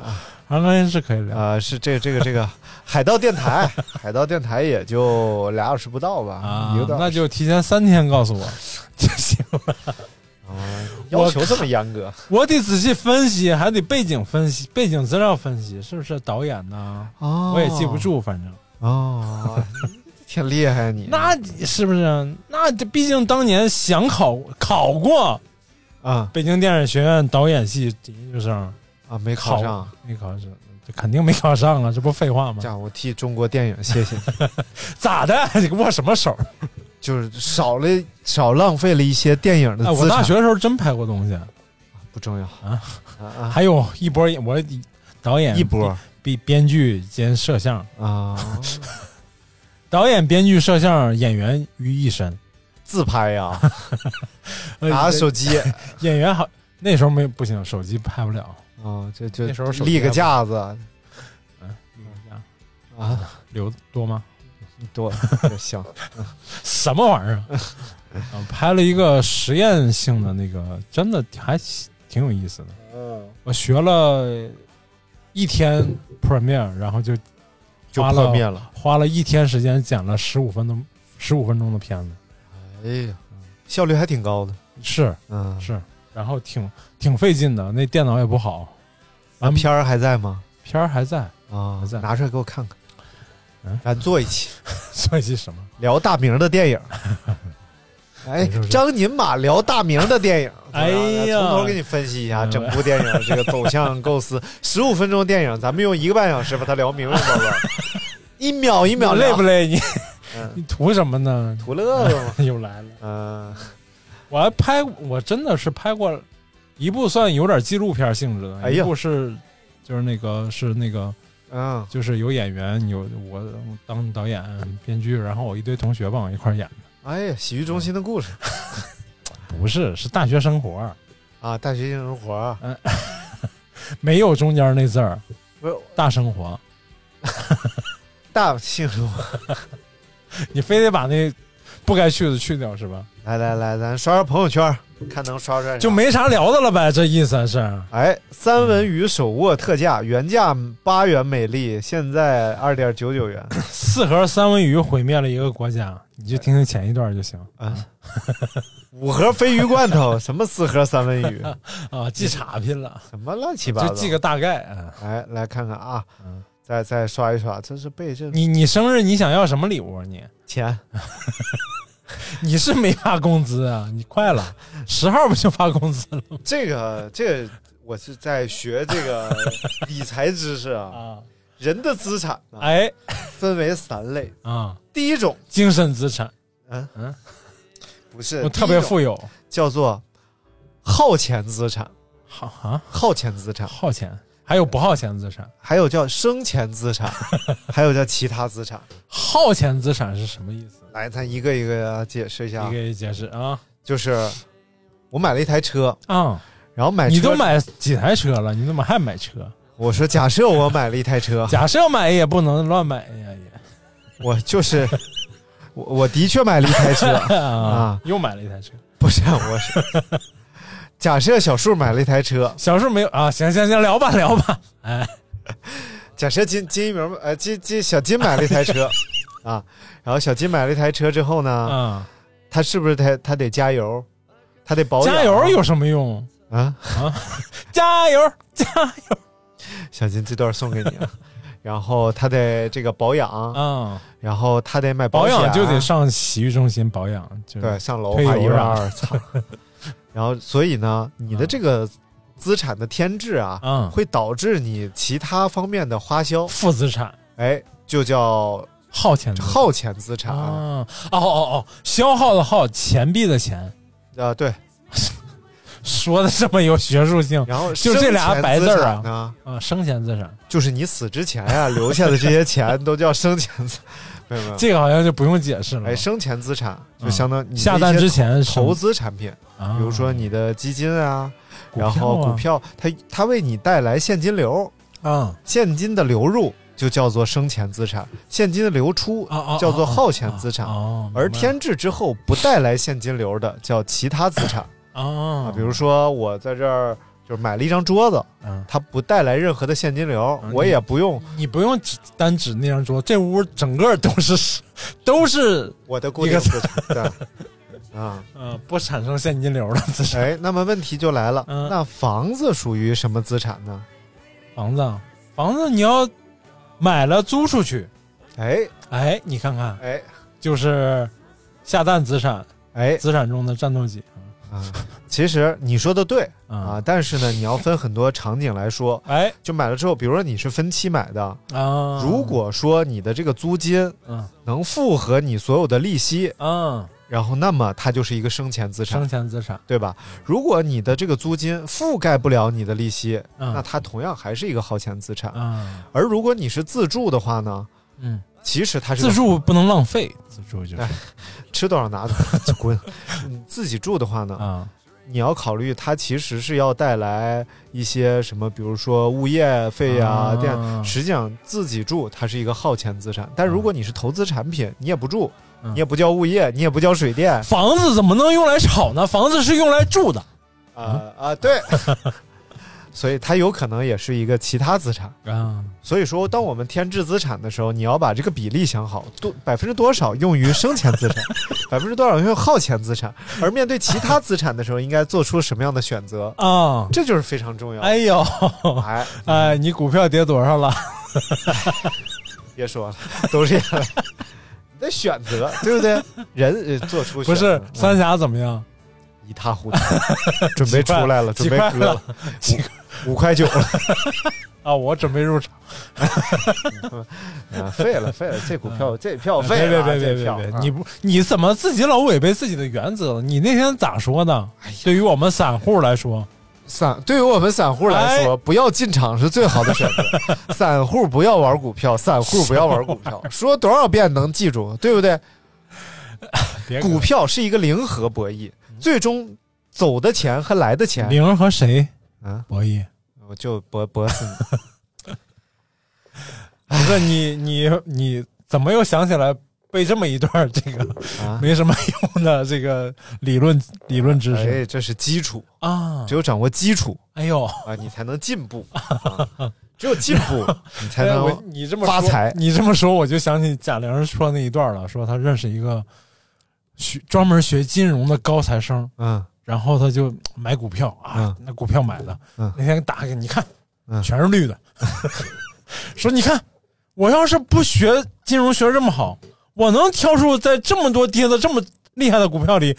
Speaker 3: 海上钢琴师可以聊。
Speaker 2: 啊，是这个这个这个海盗电台，海盗电台也就俩小时不到吧
Speaker 3: 啊，，
Speaker 2: 一个多小
Speaker 3: 那
Speaker 2: 时
Speaker 3: 就提前三天告诉 我就行了。
Speaker 2: 啊
Speaker 3: 我
Speaker 2: 要求这么严格
Speaker 3: 我得仔细分析，还得背景分析、背景资料分析，是不是导演呢？
Speaker 2: 啊
Speaker 3: 我也记不住，反正
Speaker 2: 哦，挺厉害你
Speaker 3: 那你是不是？那这毕竟当年想考考过
Speaker 2: 啊
Speaker 3: 北京电影学院导演系研究生，
Speaker 2: 啊没考
Speaker 3: 考
Speaker 2: 上，
Speaker 3: 没考上，这肯定没考上啊！这不废话吗
Speaker 2: 这？样我替中国电影谢谢你，
Speaker 3: 咋的？你握什么手？
Speaker 2: 就是少了少浪费了一些电影的
Speaker 3: 哎，我
Speaker 2: 资
Speaker 3: 大
Speaker 2: 产，
Speaker 3: 学的时候真拍过东西，
Speaker 2: 不重要
Speaker 3: 啊
Speaker 2: 啊啊
Speaker 3: 还有一波我导演
Speaker 2: 一波
Speaker 3: 编编剧兼摄像，
Speaker 2: 啊
Speaker 3: 导演、编剧、摄像、演员于一身。
Speaker 2: 自拍 呀，
Speaker 3: 呃
Speaker 2: 拿手 机。
Speaker 3: 演员好，那时候没不行，手机拍不了。
Speaker 2: 啊，这就
Speaker 3: 那时候手机
Speaker 2: 立个
Speaker 3: 还不
Speaker 2: 架子啊，
Speaker 3: 留多吗？
Speaker 2: 多 行
Speaker 3: 什么玩意儿啊？ 啊拍了一个实验性的那个，真的还挺有意思的。
Speaker 2: 嗯
Speaker 3: 我学了一天 Premiere，然后就
Speaker 2: 就
Speaker 3: 花
Speaker 2: 破
Speaker 3: 了
Speaker 2: 灭了。
Speaker 3: 花了一天时间剪了十五分钟十五分钟的片子，
Speaker 2: 哎呀，效率还挺高的，
Speaker 3: 是
Speaker 2: 嗯，
Speaker 3: 是，然后挺挺费劲的，那电脑也不好，完
Speaker 2: 片儿还在吗？
Speaker 3: 片儿还在，
Speaker 2: 啊
Speaker 3: 还在，
Speaker 2: 拿出来给我看看。
Speaker 3: 嗯
Speaker 2: 咱做一期
Speaker 3: 算些什么？
Speaker 2: 聊大明的 电影，哎
Speaker 3: 没事没，事
Speaker 2: 张宁马聊大明的电 影，怎么样
Speaker 3: 哎呀
Speaker 2: 从头给你分析一下
Speaker 3: 明白
Speaker 2: 整部电影这个走向构 思。十五分钟电影，咱们用一个半小时把它聊明明白 白，一秒一秒
Speaker 3: 累不
Speaker 2: 累？
Speaker 3: 累？你
Speaker 2: 嗯
Speaker 3: 你图什么呢？
Speaker 2: 图乐子嘛，
Speaker 3: 又来了。
Speaker 2: 嗯，
Speaker 3: 我还拍，我真的是拍过一部算有点纪录片性质的，
Speaker 2: 哎呀
Speaker 3: 一部是就是那个是那个
Speaker 2: 嗯，
Speaker 3: 就是有演员有我我当导演编剧，然后我一堆同学帮我一块儿演的，
Speaker 2: 哎呀，洗浴中心的故事
Speaker 3: 不是是大学生活，
Speaker 2: 啊，大学生活，
Speaker 3: 没有中间那字儿，
Speaker 2: 不是
Speaker 3: 大生活，
Speaker 2: 大庆祝。
Speaker 3: 你非得把那不该去的去掉是吧？
Speaker 2: 来来来，咱刷刷朋友圈，看能刷出来啥
Speaker 3: 就。没啥聊的了呗，这意思是
Speaker 2: 哎，三文鱼手握特价，原价八 元每粒，现在二点九九元。
Speaker 3: 四盒三文鱼毁灭了一个国家，你你就听听前一段就行
Speaker 2: 啊。五盒鲱鱼罐头，什么四盒三文鱼
Speaker 3: 啊，记差评了，
Speaker 2: 什么乱七八糟，
Speaker 3: 就记个大概啊。
Speaker 2: 来来看看啊，嗯、再再刷一刷，这是被这
Speaker 3: 你你生日你想要什么礼物、啊？你
Speaker 2: 钱，
Speaker 3: 你是没发工资啊？你快了，十号不就发工资 了吗？
Speaker 2: 这个这个，我是在学这个理财知识啊。 啊人的资产呢，
Speaker 3: 哎，
Speaker 2: 分为三类
Speaker 3: 啊。
Speaker 2: 第一种
Speaker 3: 精神资产，
Speaker 2: 嗯嗯，不是，
Speaker 3: 我特别富有，
Speaker 2: 叫做耗钱资产，
Speaker 3: 耗啊，
Speaker 2: 耗钱资产，
Speaker 3: 耗钱，还有不耗钱资产，
Speaker 2: 还有叫生钱资 产，还有叫其他资产。
Speaker 3: 耗钱资产是什么意思？
Speaker 2: 来，咱一个一个解释一下，
Speaker 3: 一个一个解释啊。
Speaker 2: 就是我买了一台车
Speaker 3: 啊，
Speaker 2: 然后买
Speaker 3: 你都买几台车了？你怎么还买车？
Speaker 2: 我说，假设我买了一台车，
Speaker 3: 假设买也不能乱买呀，也。
Speaker 2: 我就是，我我的确买了一台车 啊，
Speaker 3: 又买了一台车，
Speaker 2: 不是，我是假设小树买了一台车，
Speaker 3: 小树没有啊，行行行，聊吧聊吧，哎，
Speaker 2: 假设金金一鸣，呃，金金小金买了一 台车啊，然后小金买了一台车之后
Speaker 3: 啊
Speaker 2: 呢，嗯，他是不是他他得加油，他得保养，
Speaker 3: 加油有什么用
Speaker 2: 啊
Speaker 3: 啊，加油加油。
Speaker 2: 小金，这段送 给你啊。然后他得这个保养，
Speaker 3: 嗯，
Speaker 2: 然后他得买
Speaker 3: 保
Speaker 2: 养
Speaker 3: 就得上洗浴中心保养，就
Speaker 2: 啊对，上楼
Speaker 3: 花
Speaker 2: 一万二，操。 然后所以呢，你的这个资产的添置啊，
Speaker 3: 嗯，
Speaker 2: 会导致你其他方面的花销，
Speaker 3: 负资产，
Speaker 2: 哎，就叫
Speaker 3: 耗钱，
Speaker 2: 耗钱资产
Speaker 3: 啊，哦哦哦，消耗的耗，钱币的钱，
Speaker 2: 啊，对。
Speaker 3: 说的这么有学术 性，
Speaker 2: 然后
Speaker 3: 就这俩白字儿
Speaker 2: 啊
Speaker 3: 啊，生前资产
Speaker 2: 就是你死之前呀、啊、留下的这些钱都叫生前资， 没有没有，
Speaker 3: 这个好像就不用解释了。
Speaker 2: 嗯哎，生前资产就相当、嗯、
Speaker 3: 嗯下蛋之前
Speaker 2: 投资产品，比如说你的基金啊，
Speaker 3: 啊
Speaker 2: 然后股票，它它为你带来现金流
Speaker 3: 啊、嗯，
Speaker 2: 现金的流入就叫做生前资产，现金的流出叫做耗钱资产，
Speaker 3: 啊、
Speaker 2: 而添置之后不带来现金流的叫其他资产。
Speaker 3: 哦、
Speaker 2: 啊，比如说我在这儿就是买了一张桌子，
Speaker 3: 嗯，啊
Speaker 2: 它不带来任何的现金流，嗯、我也不用
Speaker 3: 你，你不用单指那张桌，这屋整个都是都是
Speaker 2: 我的固定资产，对，啊，
Speaker 3: 嗯、呃，不产生现金流的资产。
Speaker 2: 哎，那么问题就来了，
Speaker 3: 嗯、
Speaker 2: 那房子属于什么资产呢？哎
Speaker 3: 房子，啊房子你要买了租出去，
Speaker 2: 哎
Speaker 3: 哎，你看看，
Speaker 2: 哎，
Speaker 3: 就是下蛋资产，
Speaker 2: 哎，
Speaker 3: 资产中的战斗机。
Speaker 2: 啊，其实你说的对、
Speaker 3: 嗯、
Speaker 2: 啊，但是呢，你要分很多场景来说，
Speaker 3: 哎，
Speaker 2: 就买了之后，比如说你是分期买的
Speaker 3: 啊，
Speaker 2: 如果说你的这个租金，
Speaker 3: 嗯，
Speaker 2: 能复合你所有的利息，
Speaker 3: 嗯，
Speaker 2: 然后那么它就是一个生前资产，
Speaker 3: 生前资产，
Speaker 2: 对吧？如果你的这个租金覆盖不了你的利息，
Speaker 3: 嗯、
Speaker 2: 那它同样还是一个耗钱资产、
Speaker 3: 嗯、
Speaker 2: 而如果你是自住的话呢，
Speaker 3: 嗯，
Speaker 2: 其实它是
Speaker 3: 自住不能浪费，自住就是。哎
Speaker 2: 吃多少拿 就 滚。你自己住的话呢，
Speaker 3: 啊、
Speaker 2: 嗯，你要考虑它其实是要带来一些什么，比如说物业费呀、啊、电、
Speaker 3: 啊。
Speaker 2: 实际上自己住它是一个耗钱资产，但如果你是投资产品，你也不住，
Speaker 3: 嗯、
Speaker 2: 你也不交物业，你也不交水电。
Speaker 3: 房子怎么能用来炒呢？房子是用来住的。嗯
Speaker 2: 啊、呃、啊，对。 所以它有可能也是一个其他资产
Speaker 3: 啊。
Speaker 2: 所以说，当我们添置资产的时候，你要把这个比例想好，多百分之多少用于生前 资产，百分之多少用于耗钱资产。而面对其他资产的时候，应该做出什么样的选择
Speaker 3: 啊？
Speaker 2: 这就是非常重要。
Speaker 3: 哎 呦，
Speaker 2: 哎
Speaker 3: 哎，你股票跌多少了？
Speaker 2: 别说了，都这样。你的选择对不对？人呃做出
Speaker 3: 不是嗯三峡怎么样？
Speaker 2: 一塌糊涂，准备出来 了，准备割了。五块九了啊！
Speaker 3: 我准备入场
Speaker 2: 啊，废了废了，这股票、嗯、这票废
Speaker 3: 了、啊，别别别
Speaker 2: 别
Speaker 3: 别！你不你怎么自己老违背自己的原则？你那天咋说的？哎、对于我们散户来说，
Speaker 2: 散对于我们散户来说，
Speaker 3: 哎、
Speaker 2: 不要进场是最好的选择。 散户不要玩股票，散户不要玩股票，说多少遍能记住，对不对？
Speaker 3: 哎
Speaker 2: 股票是一个零和博弈，最终走的钱和来的钱，
Speaker 3: 嗯零和谁？
Speaker 2: 啊，
Speaker 3: 博弈，
Speaker 2: 我就博博死你！
Speaker 3: 不是你你你怎么又想起来背这么一段这个、
Speaker 2: 啊、
Speaker 3: 没什么用的这个理论理论知识？
Speaker 2: 哎，这是基础
Speaker 3: 啊，
Speaker 2: 只有掌握基础，
Speaker 3: 哎呦
Speaker 2: 啊，你才能 进步，啊、只有进步你才能
Speaker 3: 哎你这么
Speaker 2: 发财。
Speaker 3: 你这么说，我就想起贾玲说那一段了，说她认识一个学专门学金融的高材生，
Speaker 2: 嗯，
Speaker 3: 然后他就买股票啊，那股票买的，
Speaker 2: 嗯
Speaker 3: 那天打开你看，全是绿的， 说你看，我要是不学金融学这么好，我能挑出在这么多跌的这么厉害的股票里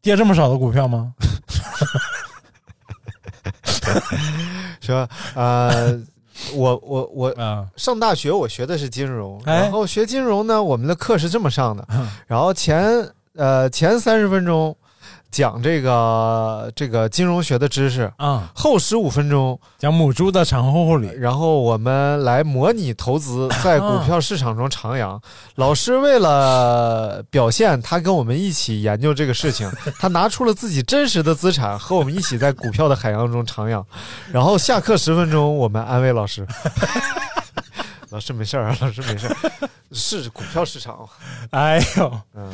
Speaker 3: 跌这么少的股票 吗？
Speaker 2: 说呃，我我
Speaker 3: 啊
Speaker 2: 我上大学我学的是金融，
Speaker 3: 哎
Speaker 2: 然后学金融呢，我们的课是这么上的，然后前呃前三十分钟讲这个这个金融学的知识
Speaker 3: 啊，
Speaker 2: 后十五分钟
Speaker 3: 讲母猪的产后护理，
Speaker 2: 然后我们来模拟投资在股票市场中徜徉。老师为了表现他跟我们一起研究这个事情，他拿出了自己真实的资产和我们一起在股票的海洋中徜徉。然后下课十分钟，我们安慰老师。 老师没事儿啊，老师没事儿，是股票市场。
Speaker 3: 哎呦，
Speaker 2: 嗯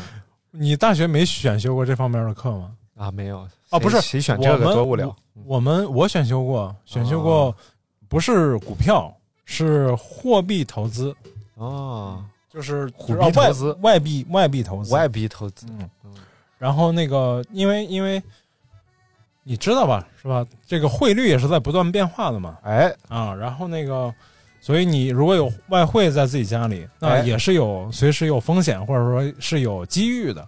Speaker 3: 你大学没选修过这方面的课吗？
Speaker 2: 啊，没有
Speaker 3: 啊，不是
Speaker 2: 谁谁选这个多无聊。哦
Speaker 3: 我们我们我选修过，选修过不是股票，是货币投资，
Speaker 2: 哦，
Speaker 3: 就是
Speaker 2: 股
Speaker 3: 就是
Speaker 2: 币
Speaker 3: 外
Speaker 2: 投资、
Speaker 3: 外币、外币投资、
Speaker 2: 外币投资。
Speaker 3: 嗯，然后那个，因为因为你知道吧，是吧？这个汇率也是在不断变化的嘛。
Speaker 2: 哎
Speaker 3: 啊，然后那个，所以你如果有外汇在自己家里，那
Speaker 2: 哎
Speaker 3: 也是有随时有风险，或者说是有机遇的。
Speaker 2: 哦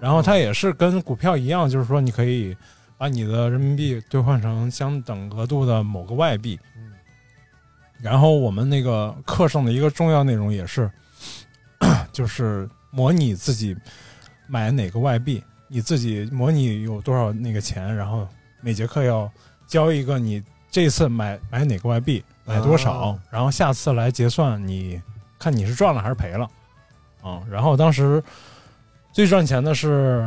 Speaker 3: 然后它也是跟股票一样，就是说你可以把你的人民币兑换成相等额度的某个外币。然后我们那个课上的一个重要内容也是，就是模拟自己买哪个外币，你自己模拟有多少那个钱，然后每节课要教一个你这次买买哪个外币买多少，
Speaker 2: 啊
Speaker 3: 然后下次来结算你看你是赚了还是赔了，啊、然后当时最赚钱的是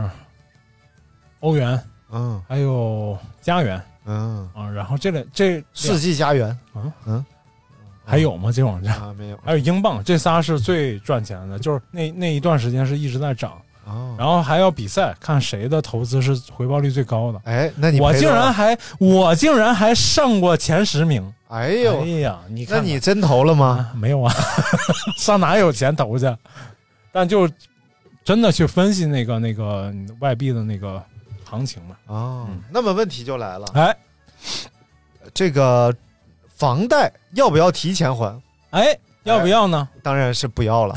Speaker 3: 欧元，
Speaker 2: 嗯，
Speaker 3: 还有加元，
Speaker 2: 嗯
Speaker 3: 啊、然后这两这
Speaker 2: 世纪佳缘
Speaker 3: 啊，
Speaker 2: 嗯，
Speaker 3: 还有吗？这网站
Speaker 2: 啊没有，
Speaker 3: 还有英镑，这仨是最赚钱的，就是那那一段时间是一直在涨。
Speaker 2: 哦
Speaker 3: 然后还要比赛，看谁的投资是回报率最高的。
Speaker 2: 哎，那你
Speaker 3: 我
Speaker 2: 赔
Speaker 3: 竟
Speaker 2: 多少
Speaker 3: 然还我竟然还上过前十名。
Speaker 2: 哎呦
Speaker 3: 哎呀，你看
Speaker 2: 那
Speaker 3: 看
Speaker 2: 你啊真投了吗？
Speaker 3: 没有啊， 上哪有钱投去？但就真的去分析那个那个外币的那个行情嘛。
Speaker 2: 哦，
Speaker 3: 嗯
Speaker 2: 那么问题就来了，
Speaker 3: 哎，
Speaker 2: 这个房贷要不要提前还？
Speaker 3: 哎，要不要呢？
Speaker 2: 当然是不 要了，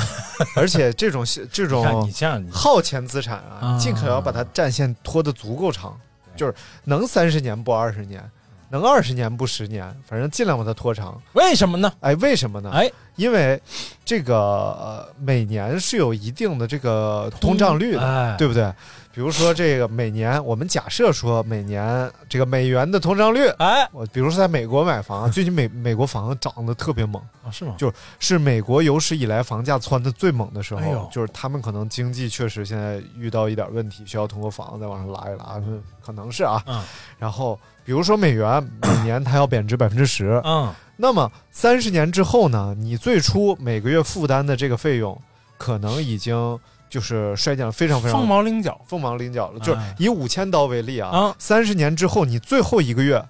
Speaker 2: 而且这种这
Speaker 3: 你看
Speaker 2: 种
Speaker 3: 你这样你
Speaker 2: 耗钱资产啊，
Speaker 3: 啊
Speaker 2: 尽可要把它战线拖得足够长，就是能三十年不二十
Speaker 3: 嗯
Speaker 2: 年，能二十年不十年，反正尽量把它拖长。
Speaker 3: 为什么呢？
Speaker 2: 哎，为什么呢？
Speaker 3: 哎，
Speaker 2: 因为这个、呃每年是有一定的这个通胀率的，
Speaker 3: 哎
Speaker 2: 对不对？比如说这个每年，我们假设说每年这个美元的通胀率，
Speaker 3: 哎，
Speaker 2: 我比如说在美国 买房，最近美美国房涨得特别猛，
Speaker 3: 啊，是吗？
Speaker 2: 就是是美国有史以来房价窜的最猛的时候，
Speaker 3: 哎呦
Speaker 2: 就是他们可能经济确实现在遇到一点问题，需要通过房再往上拉一拉，可能是啊。
Speaker 3: 嗯
Speaker 2: 然后比如说美元每年它要贬值百分 之十，
Speaker 3: 嗯，
Speaker 2: 那么三十年之后呢，你最初每个月负担的这个费用，可能已经就是衰减了非常非常
Speaker 3: 凤毛麟角，
Speaker 2: 凤毛麟角了。就是
Speaker 3: 哎
Speaker 2: 以五千刀为例啊
Speaker 3: 啊，
Speaker 2: 三十年之后，你最后一个月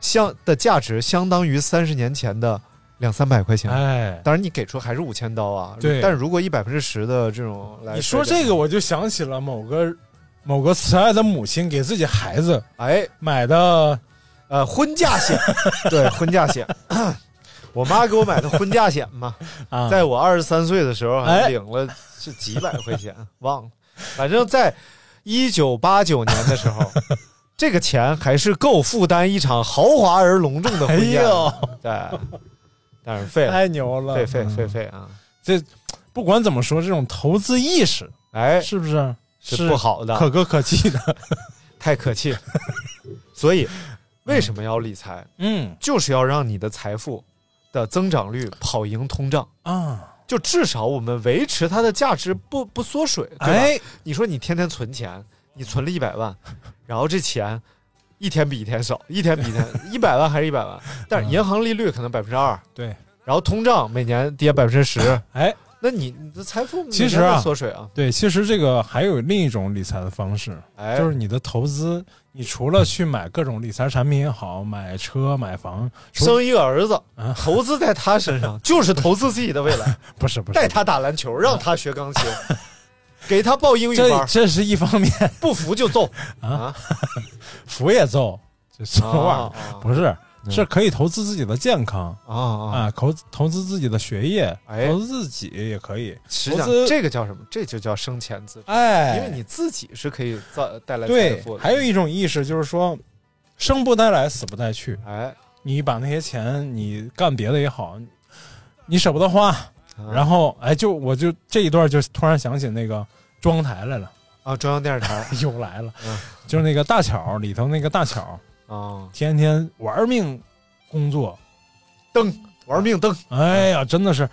Speaker 2: 相的价值相当于三十年前的两三百块钱。
Speaker 3: 哎，
Speaker 2: 当然你给出还是五千刀啊，
Speaker 3: 对
Speaker 2: 但如果以百分之十的这种来，
Speaker 3: 你说这个，，我就想起了某个某个慈爱的母亲给自己孩子
Speaker 2: 哎，
Speaker 3: 买的
Speaker 2: 呃，婚嫁险， 对，婚嫁险， 我妈给我买的婚嫁险嘛，
Speaker 3: 啊，
Speaker 2: 在我二十三岁的时候还
Speaker 3: 哎
Speaker 2: 领了是几百块钱， 忘了，反正在一九八九年的时候，这个钱还是够负担一场豪华而隆重的婚宴的，对，但是废
Speaker 3: 哎
Speaker 2: 了，
Speaker 3: 太牛了，
Speaker 2: 废废废废啊，
Speaker 3: 这不管怎么说，这种投资意识
Speaker 2: 哎，
Speaker 3: 是不是
Speaker 2: 是不好的，
Speaker 3: 可歌可泣 的？
Speaker 2: 太可气了。所以，为什么要理财？
Speaker 3: 嗯
Speaker 2: 就是要让你的财富的增长率跑赢通胀，
Speaker 3: 啊，
Speaker 2: 就至少我们维持它的价值不不缩水，对吧？
Speaker 3: 哎，
Speaker 2: 你说你天天存钱，你存了一百 万，然后这钱一天比一天少，一天比一 天一百万还是一百万，
Speaker 3: 嗯
Speaker 2: 但是银行利率可能百分之二，
Speaker 3: 对，
Speaker 2: 然后通胀每年跌百分之十，
Speaker 3: 哎，
Speaker 2: 那你你的财富
Speaker 3: 其实
Speaker 2: 每年
Speaker 3: 啊
Speaker 2: 在缩水啊，
Speaker 3: 对，其实这个还有另一种理财的方式，
Speaker 2: 哎
Speaker 3: 就是你的投资，你除了去买各种理财产品也好，买车买房，除
Speaker 2: 生一个儿子
Speaker 3: 啊，
Speaker 2: 投资 在他身上就是投资自己的未来。
Speaker 3: 不是不是
Speaker 2: 带他打篮球，让他学钢琴，给他报英
Speaker 3: 啊
Speaker 2: 语
Speaker 3: 这
Speaker 2: 班，
Speaker 3: 这是一方面，
Speaker 2: 不服 就揍
Speaker 3: 啊，服也揍，这什么玩意
Speaker 2: 哦
Speaker 3: 儿？啊不是，
Speaker 2: 嗯
Speaker 3: 是可以投资自己的健康
Speaker 2: 啊啊，
Speaker 3: 啊，投投资自己的学业，
Speaker 2: 哎
Speaker 3: 投资自己也可以。
Speaker 2: 实
Speaker 3: 投
Speaker 2: 际上
Speaker 3: 资
Speaker 2: 这个叫什么？这就叫生前资产，
Speaker 3: 哎
Speaker 2: 因为你自己是可以造带来财
Speaker 3: 对
Speaker 2: 富，的。
Speaker 3: 还有一种意识就是说，生不带来，死不带去。
Speaker 2: 哎，
Speaker 3: 你把那些钱你干别的也好，你舍不得花，
Speaker 2: 嗯
Speaker 3: 然后哎，就我就这一段就突然想起那个中央台来了
Speaker 2: 啊，中央电视台
Speaker 3: 又来了，
Speaker 2: 嗯
Speaker 3: 就是那个大巧里头那个大巧，
Speaker 2: 啊，
Speaker 3: 天天玩命工作，
Speaker 2: 蹬玩命蹬，
Speaker 3: 哎呀，真的是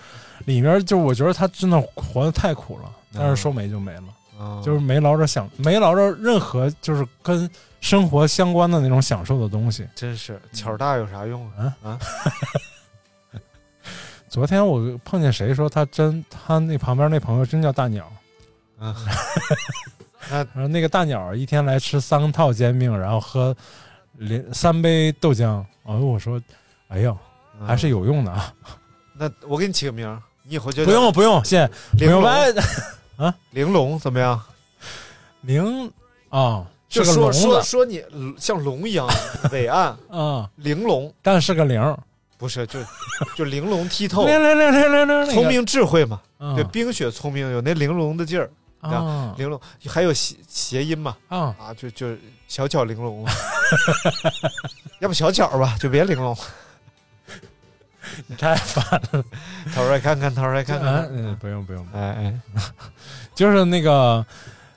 Speaker 3: 里面就我觉得他真的活得太苦了，
Speaker 2: 嗯
Speaker 3: 但是说没就没了。
Speaker 2: 啊
Speaker 3: 就是没捞着享，没捞着任何就是跟生活相关的那种享受的东西。
Speaker 2: 真是
Speaker 3: 嗯
Speaker 2: 巧大有啥用啊啊！
Speaker 3: 昨天我碰见谁说他真，他那旁边那朋友真叫大鸟，嗯
Speaker 2: 啊，
Speaker 3: 然后那个大鸟一天来吃三套煎饼，然后喝连三杯豆浆。哎呦，我说，哎呦， 还是有用的啊！
Speaker 2: 嗯那我给你起个名儿，你以后就
Speaker 3: 不用不用，谢谢，不
Speaker 2: 玲珑
Speaker 3: 用拜啊，
Speaker 2: 玲珑怎么样？
Speaker 3: 玲啊，是
Speaker 2: 就
Speaker 3: 个
Speaker 2: 说
Speaker 3: 聋
Speaker 2: 说
Speaker 3: 子
Speaker 2: 说你像龙一样伟岸，
Speaker 3: 啊，
Speaker 2: 玲珑
Speaker 3: 但是个零，
Speaker 2: 不是就 就玲珑剔 透，
Speaker 3: 零零零零零零，
Speaker 2: 聪明智慧嘛，
Speaker 3: 嗯
Speaker 2: 对，冰雪聪明有那玲珑的劲儿
Speaker 3: 啊
Speaker 2: 吧玲珑还有谐谐音嘛，
Speaker 3: 啊
Speaker 2: 啊，就就小巧玲珑嘛， 要不小巧吧，就别玲�ng。
Speaker 3: 你太烦了，
Speaker 2: 头儿来看看，头儿来看
Speaker 3: 啊
Speaker 2: 看，
Speaker 3: 嗯，不用不用，
Speaker 2: 哎
Speaker 3: 就是那个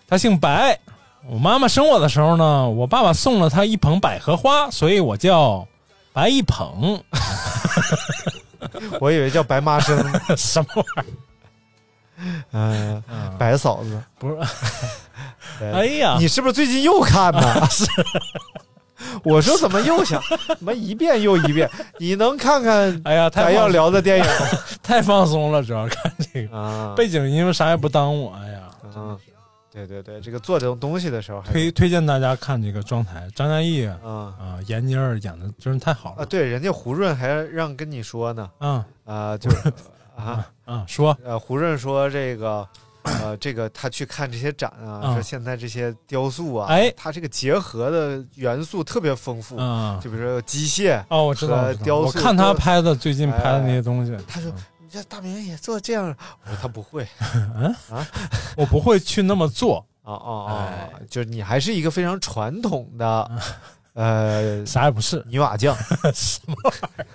Speaker 3: 他姓白。我妈妈生我的时候呢，我爸爸送了她一捧百合花，所以我叫白一捧。
Speaker 2: 哎，我以为叫白妈生，
Speaker 3: 什么玩意
Speaker 2: 嗯，
Speaker 3: 儿？
Speaker 2: 白嫂子，
Speaker 3: 不是，
Speaker 2: 白
Speaker 3: 哎呀，
Speaker 2: 你是不是最近又看呢？
Speaker 3: 是，
Speaker 2: 我说怎么又想，怎么一遍又一遍？你能看看
Speaker 3: 哎呀，太
Speaker 2: 咱
Speaker 3: 放
Speaker 2: 要聊的电 影吗
Speaker 3: 太放松了，主要看这个、
Speaker 2: 啊？
Speaker 3: 背景音为啥也不耽误。哎呀，
Speaker 2: 啊，对对对，这个做这种东西的时候还
Speaker 3: 推推荐大家看这个妆台，张嘉译啊、
Speaker 2: 啊
Speaker 3: 闫妮儿演的真是太好
Speaker 2: 啊，
Speaker 3: 了。
Speaker 2: 对，人家胡润还让跟你说呢，
Speaker 3: 嗯
Speaker 2: 啊， 就是啊，
Speaker 3: 嗯，说
Speaker 2: 呃，胡润说这个。呃，这个他去看这些展啊，
Speaker 3: 嗯
Speaker 2: 说现在这些雕塑啊，
Speaker 3: 哎
Speaker 2: 它这个结合的元素特别丰富，
Speaker 3: 嗯
Speaker 2: 就比如说有机械
Speaker 3: 哦，我知道，
Speaker 2: 和
Speaker 3: 我知道
Speaker 2: 雕塑
Speaker 3: 我看他
Speaker 2: 都哎
Speaker 3: 拍的最近拍的那些东西，
Speaker 2: 他说：“你这大明也做这样。”我说：“他不会。
Speaker 3: 我不会去那么做，哎
Speaker 2: 啊”啊啊！就是你还是一个非常传统的， 呃，
Speaker 3: 啥也不 是。
Speaker 2: 泥瓦匠。
Speaker 3: 什么玩意儿？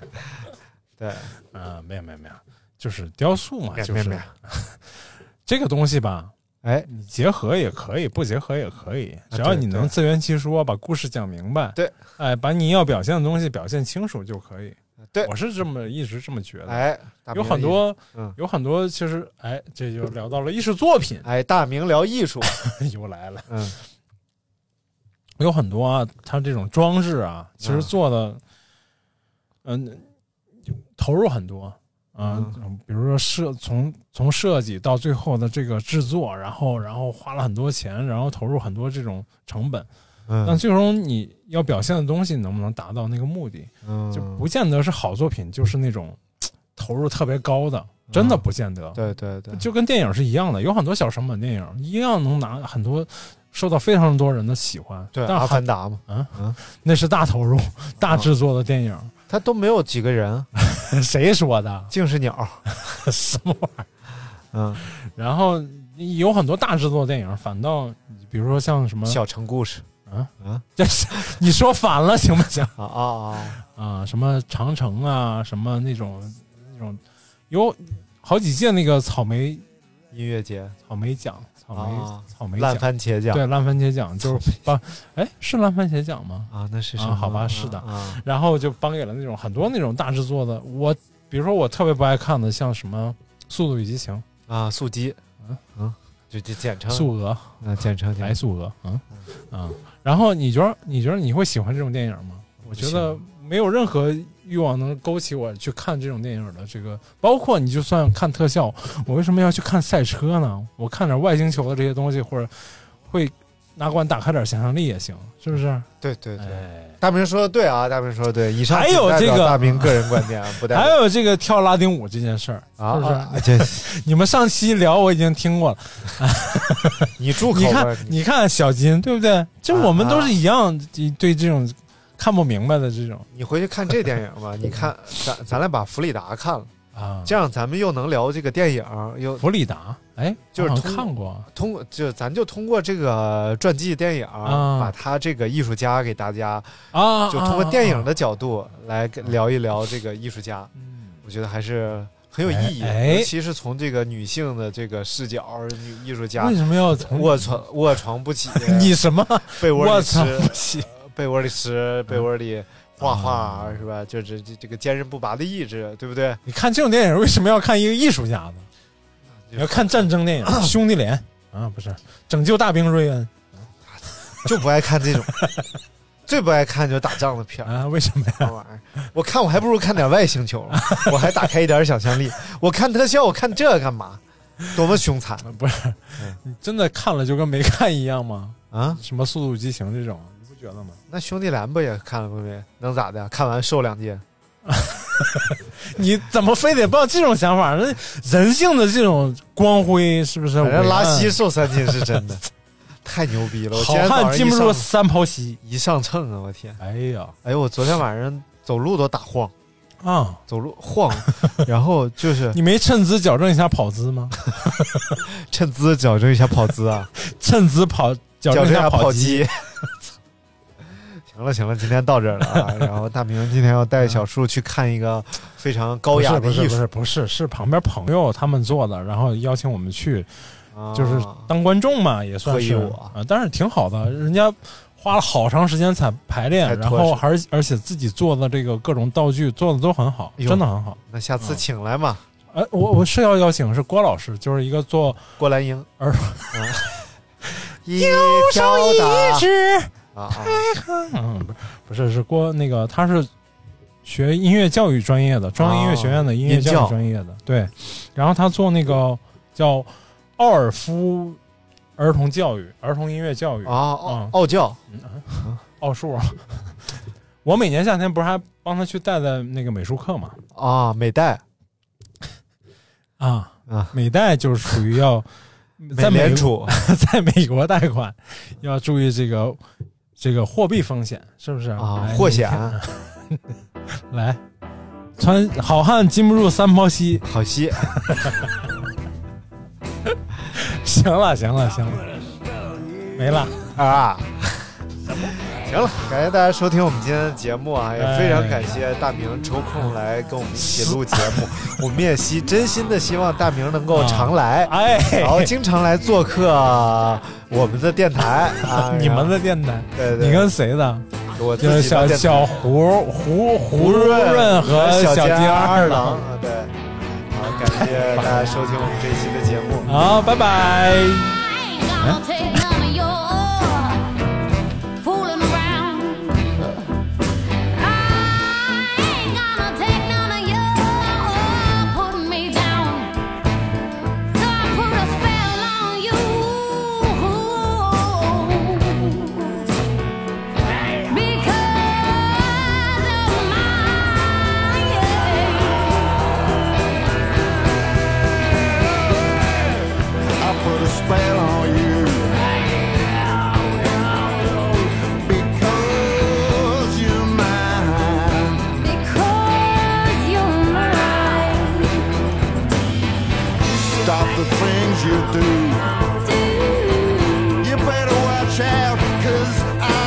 Speaker 2: 对，
Speaker 3: 啊，没有没有没有，就是雕塑嘛，
Speaker 2: 没有
Speaker 3: 就
Speaker 2: 没有
Speaker 3: 是
Speaker 2: 没有
Speaker 3: 这个东西吧，
Speaker 2: 哎，
Speaker 3: 你结合也可以，不结合也可以，
Speaker 2: 啊
Speaker 3: 只要
Speaker 2: 对
Speaker 3: 你能
Speaker 2: 对
Speaker 3: 自圆其说，把故事讲明白，
Speaker 2: 对，
Speaker 3: 哎，把你要表现的东西表现清楚就可以。
Speaker 2: 对
Speaker 3: 我是这么一直这么觉得。
Speaker 2: 哎，大
Speaker 3: 有
Speaker 2: 明
Speaker 3: 很多
Speaker 2: 嗯，，
Speaker 3: 有很多，其实，哎，这就聊到了艺术作品
Speaker 2: 哎，大明聊艺术，
Speaker 3: 又来了。
Speaker 2: 嗯，
Speaker 3: 有很多啊，它这种装置啊，其实做的，嗯、投入很多啊、
Speaker 2: 嗯
Speaker 3: 比如说设从从设计到最后的这个制作，然后然后花了很多钱，然后投入很多这种成本，但
Speaker 2: 嗯
Speaker 3: 最终你要表现的东西能不能达到那个目的，
Speaker 2: 嗯，
Speaker 3: 就不见得是好作品，就是那种嘖投入特别高的，真的不见得。
Speaker 2: 嗯对对对，
Speaker 3: 就跟电影是一样的，有很多小成本电影一样能拿很多，受到非常多人的喜欢。
Speaker 2: 对《
Speaker 3: 但
Speaker 2: 阿
Speaker 3: 很
Speaker 2: 凡达》嘛，
Speaker 3: 那是大投入、大制作的电影，
Speaker 2: 他都没有几个人，
Speaker 3: 谁说 的？
Speaker 2: 竟是鸟。
Speaker 3: 什么玩意儿？
Speaker 2: 嗯，
Speaker 3: 然后有很多大制作的电影，反倒比如说像什么，
Speaker 2: 小城故事
Speaker 3: 这是 你说反了行不行
Speaker 2: 啊啊啊！
Speaker 3: 啊？什么长城啊，什么那种那种，有好几届那个草莓
Speaker 2: 音乐节，
Speaker 3: 草莓奖、草莓、
Speaker 2: 啊
Speaker 3: 草莓
Speaker 2: 烂
Speaker 3: 奖，
Speaker 2: 番茄酱
Speaker 3: 对烂番茄奖就是颁，哎是烂番茄奖吗？
Speaker 2: 啊，那是什
Speaker 3: 啊
Speaker 2: 么？
Speaker 3: 好吧是的
Speaker 2: 啊
Speaker 3: 然后就颁给了那种很多那种大制作的，我比如说我特别不爱看的，像什么《速度与激情》。
Speaker 2: 啊，素鸡
Speaker 3: 嗯，
Speaker 2: 嗯，就就简称
Speaker 3: 素娥，
Speaker 2: 啊，简称
Speaker 3: 白素娥，嗯嗯。然后你觉得你觉得你会喜欢这种电影吗？我觉得没有任何欲望能勾起我去看这种电影的这个，包括你就算看特效，我为什么要去看赛车呢？我看点外星球的这些东西，或者会哪管打开点想象力也行，是不是？
Speaker 2: 对对
Speaker 3: 嗯
Speaker 2: 对，大明说的对啊，大明说的对。以上
Speaker 3: 哎还有
Speaker 2: 仅代
Speaker 3: 这
Speaker 2: 表
Speaker 3: 个
Speaker 2: 大明个人观点啊， 不代表
Speaker 3: 还有这个跳拉丁舞这件事儿，
Speaker 2: 啊
Speaker 3: 是不
Speaker 2: 啊
Speaker 3: 是？你们上期聊我已经听过了，
Speaker 2: 你住口吧
Speaker 3: 你看，你看小金对不对？这我们都是一样，对这种看不明白的这种，
Speaker 2: 你回去看这电影吧。你看，咱咱俩把《弗里达》看了
Speaker 3: 啊，
Speaker 2: 这样咱们又能聊这个电影，又《
Speaker 3: 弗里达》哎，
Speaker 2: 就是
Speaker 3: 我好像
Speaker 2: 通
Speaker 3: 看过，
Speaker 2: 通过就咱就通过这个传记电影，
Speaker 3: 啊
Speaker 2: 把他这个艺术家给大家
Speaker 3: 啊
Speaker 2: 就通过电影的角度来
Speaker 3: 嗯
Speaker 2: 跟聊一聊这个艺术家，我觉得还是很有意义的，
Speaker 3: 哎哎
Speaker 2: 尤其是从这个女性的这个视角，女艺术家
Speaker 3: 啊为什么要从？
Speaker 2: 卧床卧床不起
Speaker 3: 你什么
Speaker 2: 被窝
Speaker 3: 卧
Speaker 2: 里吃
Speaker 3: 床嗯不起？
Speaker 2: 被窝里吃，被窝里画
Speaker 3: 啊
Speaker 2: 画、是吧？就这这这个坚韧不拔的意志，对不对？
Speaker 3: 你看这种电影为什么要看一个艺术家呢？你要看战争电 影，《兄弟连》啊，不是拯救大兵瑞恩
Speaker 2: 就不爱看这种， 最不爱看就是打仗的片儿。
Speaker 3: 啊？为什么
Speaker 2: 呀？玩意儿，我看我还不如看点外星球了，我还打开一点想象力。我看特效，我看这干嘛？多么凶 残！
Speaker 3: 不是，你真的看了就跟没看一样吗？
Speaker 2: 啊，
Speaker 3: 什么《速度与激情》这种，你不觉得吗？
Speaker 2: 那兄弟连不也看了不没？能咋的？看完瘦两斤。
Speaker 3: 你怎么非得抱这种想法？那人性的这种光辉是不是？
Speaker 2: 反正拉稀瘦三斤是 真的，太牛逼了！我今
Speaker 3: 啊好
Speaker 2: 天早
Speaker 3: 汉
Speaker 2: 上
Speaker 3: 禁
Speaker 2: 一
Speaker 3: 不住
Speaker 2: 上
Speaker 3: 三泡稀
Speaker 2: 一上秤啊，我天！
Speaker 3: 哎呀，
Speaker 2: 哎呦，我昨天晚上走路都打晃，
Speaker 3: 啊！
Speaker 2: 走路晃， 然后就是
Speaker 3: 你没趁资矫正一下跑姿吗？
Speaker 2: 趁资矫正一下跑姿啊，
Speaker 3: 趁资跑 矫
Speaker 2: 正
Speaker 3: 正
Speaker 2: 一
Speaker 3: 一
Speaker 2: 下
Speaker 3: 下
Speaker 2: 跑
Speaker 3: 跑
Speaker 2: 机
Speaker 3: 机。
Speaker 2: 行了行了，今天到这儿了啊。然后大明今天要带小树去看一个非常高雅的
Speaker 3: 不是
Speaker 2: 艺
Speaker 3: 不是
Speaker 2: 术，
Speaker 3: 不是是旁边朋友他们做的，然后邀请我们去，
Speaker 2: 啊
Speaker 3: 就是当观众嘛，也算是
Speaker 2: 脱衣舞啊
Speaker 3: 啊，但是挺好的，人家花了好长时间才排
Speaker 2: 才
Speaker 3: 练，
Speaker 2: 脱
Speaker 3: 然
Speaker 2: 是
Speaker 3: 后而而且自己做的这个各种道具做的都很好，
Speaker 2: 哎呦
Speaker 3: 真的很好。
Speaker 2: 那下
Speaker 3: 啊
Speaker 2: 次请来嘛，
Speaker 3: 哎，我我是要邀请是郭老师，就是一个做
Speaker 2: 郭兰英。
Speaker 3: 儿
Speaker 2: 一挑打
Speaker 3: 只
Speaker 2: 啊啊！
Speaker 3: 嗯，不是不是是郭那个，他是学音乐教育专业的，中央音乐学院的音乐教育专业的，对。然后他做那个叫奥尔夫儿童教育、儿童音乐教育
Speaker 2: 啊，傲傲娇，
Speaker 3: 奥数。 我每年夏天不是还帮他去带带那个美术课嘛？
Speaker 2: 啊，美代
Speaker 3: 啊
Speaker 2: 啊，
Speaker 3: 美代就是属于要在
Speaker 2: 美
Speaker 3: 美
Speaker 2: 联
Speaker 3: 国 在美国贷款要注意这个这个货币风险，是不是
Speaker 2: 啊
Speaker 3: 哎
Speaker 2: 霍
Speaker 3: 你
Speaker 2: 显
Speaker 3: 看来，穿好汉禁不住三泡稀。
Speaker 2: 好戏。
Speaker 3: 行了，行了，行了，没了。
Speaker 2: 啊。行了，感谢大家收听我们今天的节目啊，也
Speaker 3: 哎
Speaker 2: 非常感谢大明抽空来跟我们一起录节 目，我们也希真心的希望大明能够常来，
Speaker 3: 哎，
Speaker 2: 然后经常来做客呃我们的电台啊
Speaker 3: 你们的电台，
Speaker 2: 对对
Speaker 3: 你跟谁的？
Speaker 2: 我
Speaker 3: 就
Speaker 2: 自
Speaker 3: 是
Speaker 2: 己的
Speaker 3: 小
Speaker 2: 电台
Speaker 3: 小胡胡胡
Speaker 2: 胡润
Speaker 3: 润和
Speaker 2: 小
Speaker 3: 金
Speaker 2: 二
Speaker 3: 二
Speaker 2: 郎，啊，对，好，感谢大家收听我们这一期的节目。
Speaker 3: 好，拜拜。
Speaker 4: I'll take none of your fooling around. I ain't gonna take none of your putting me down. So I put a spell on you. Because of
Speaker 1: I put a spell on you. Because you're mine.
Speaker 4: Because you're mine.
Speaker 1: Stop the things you do. You better watch out, cause I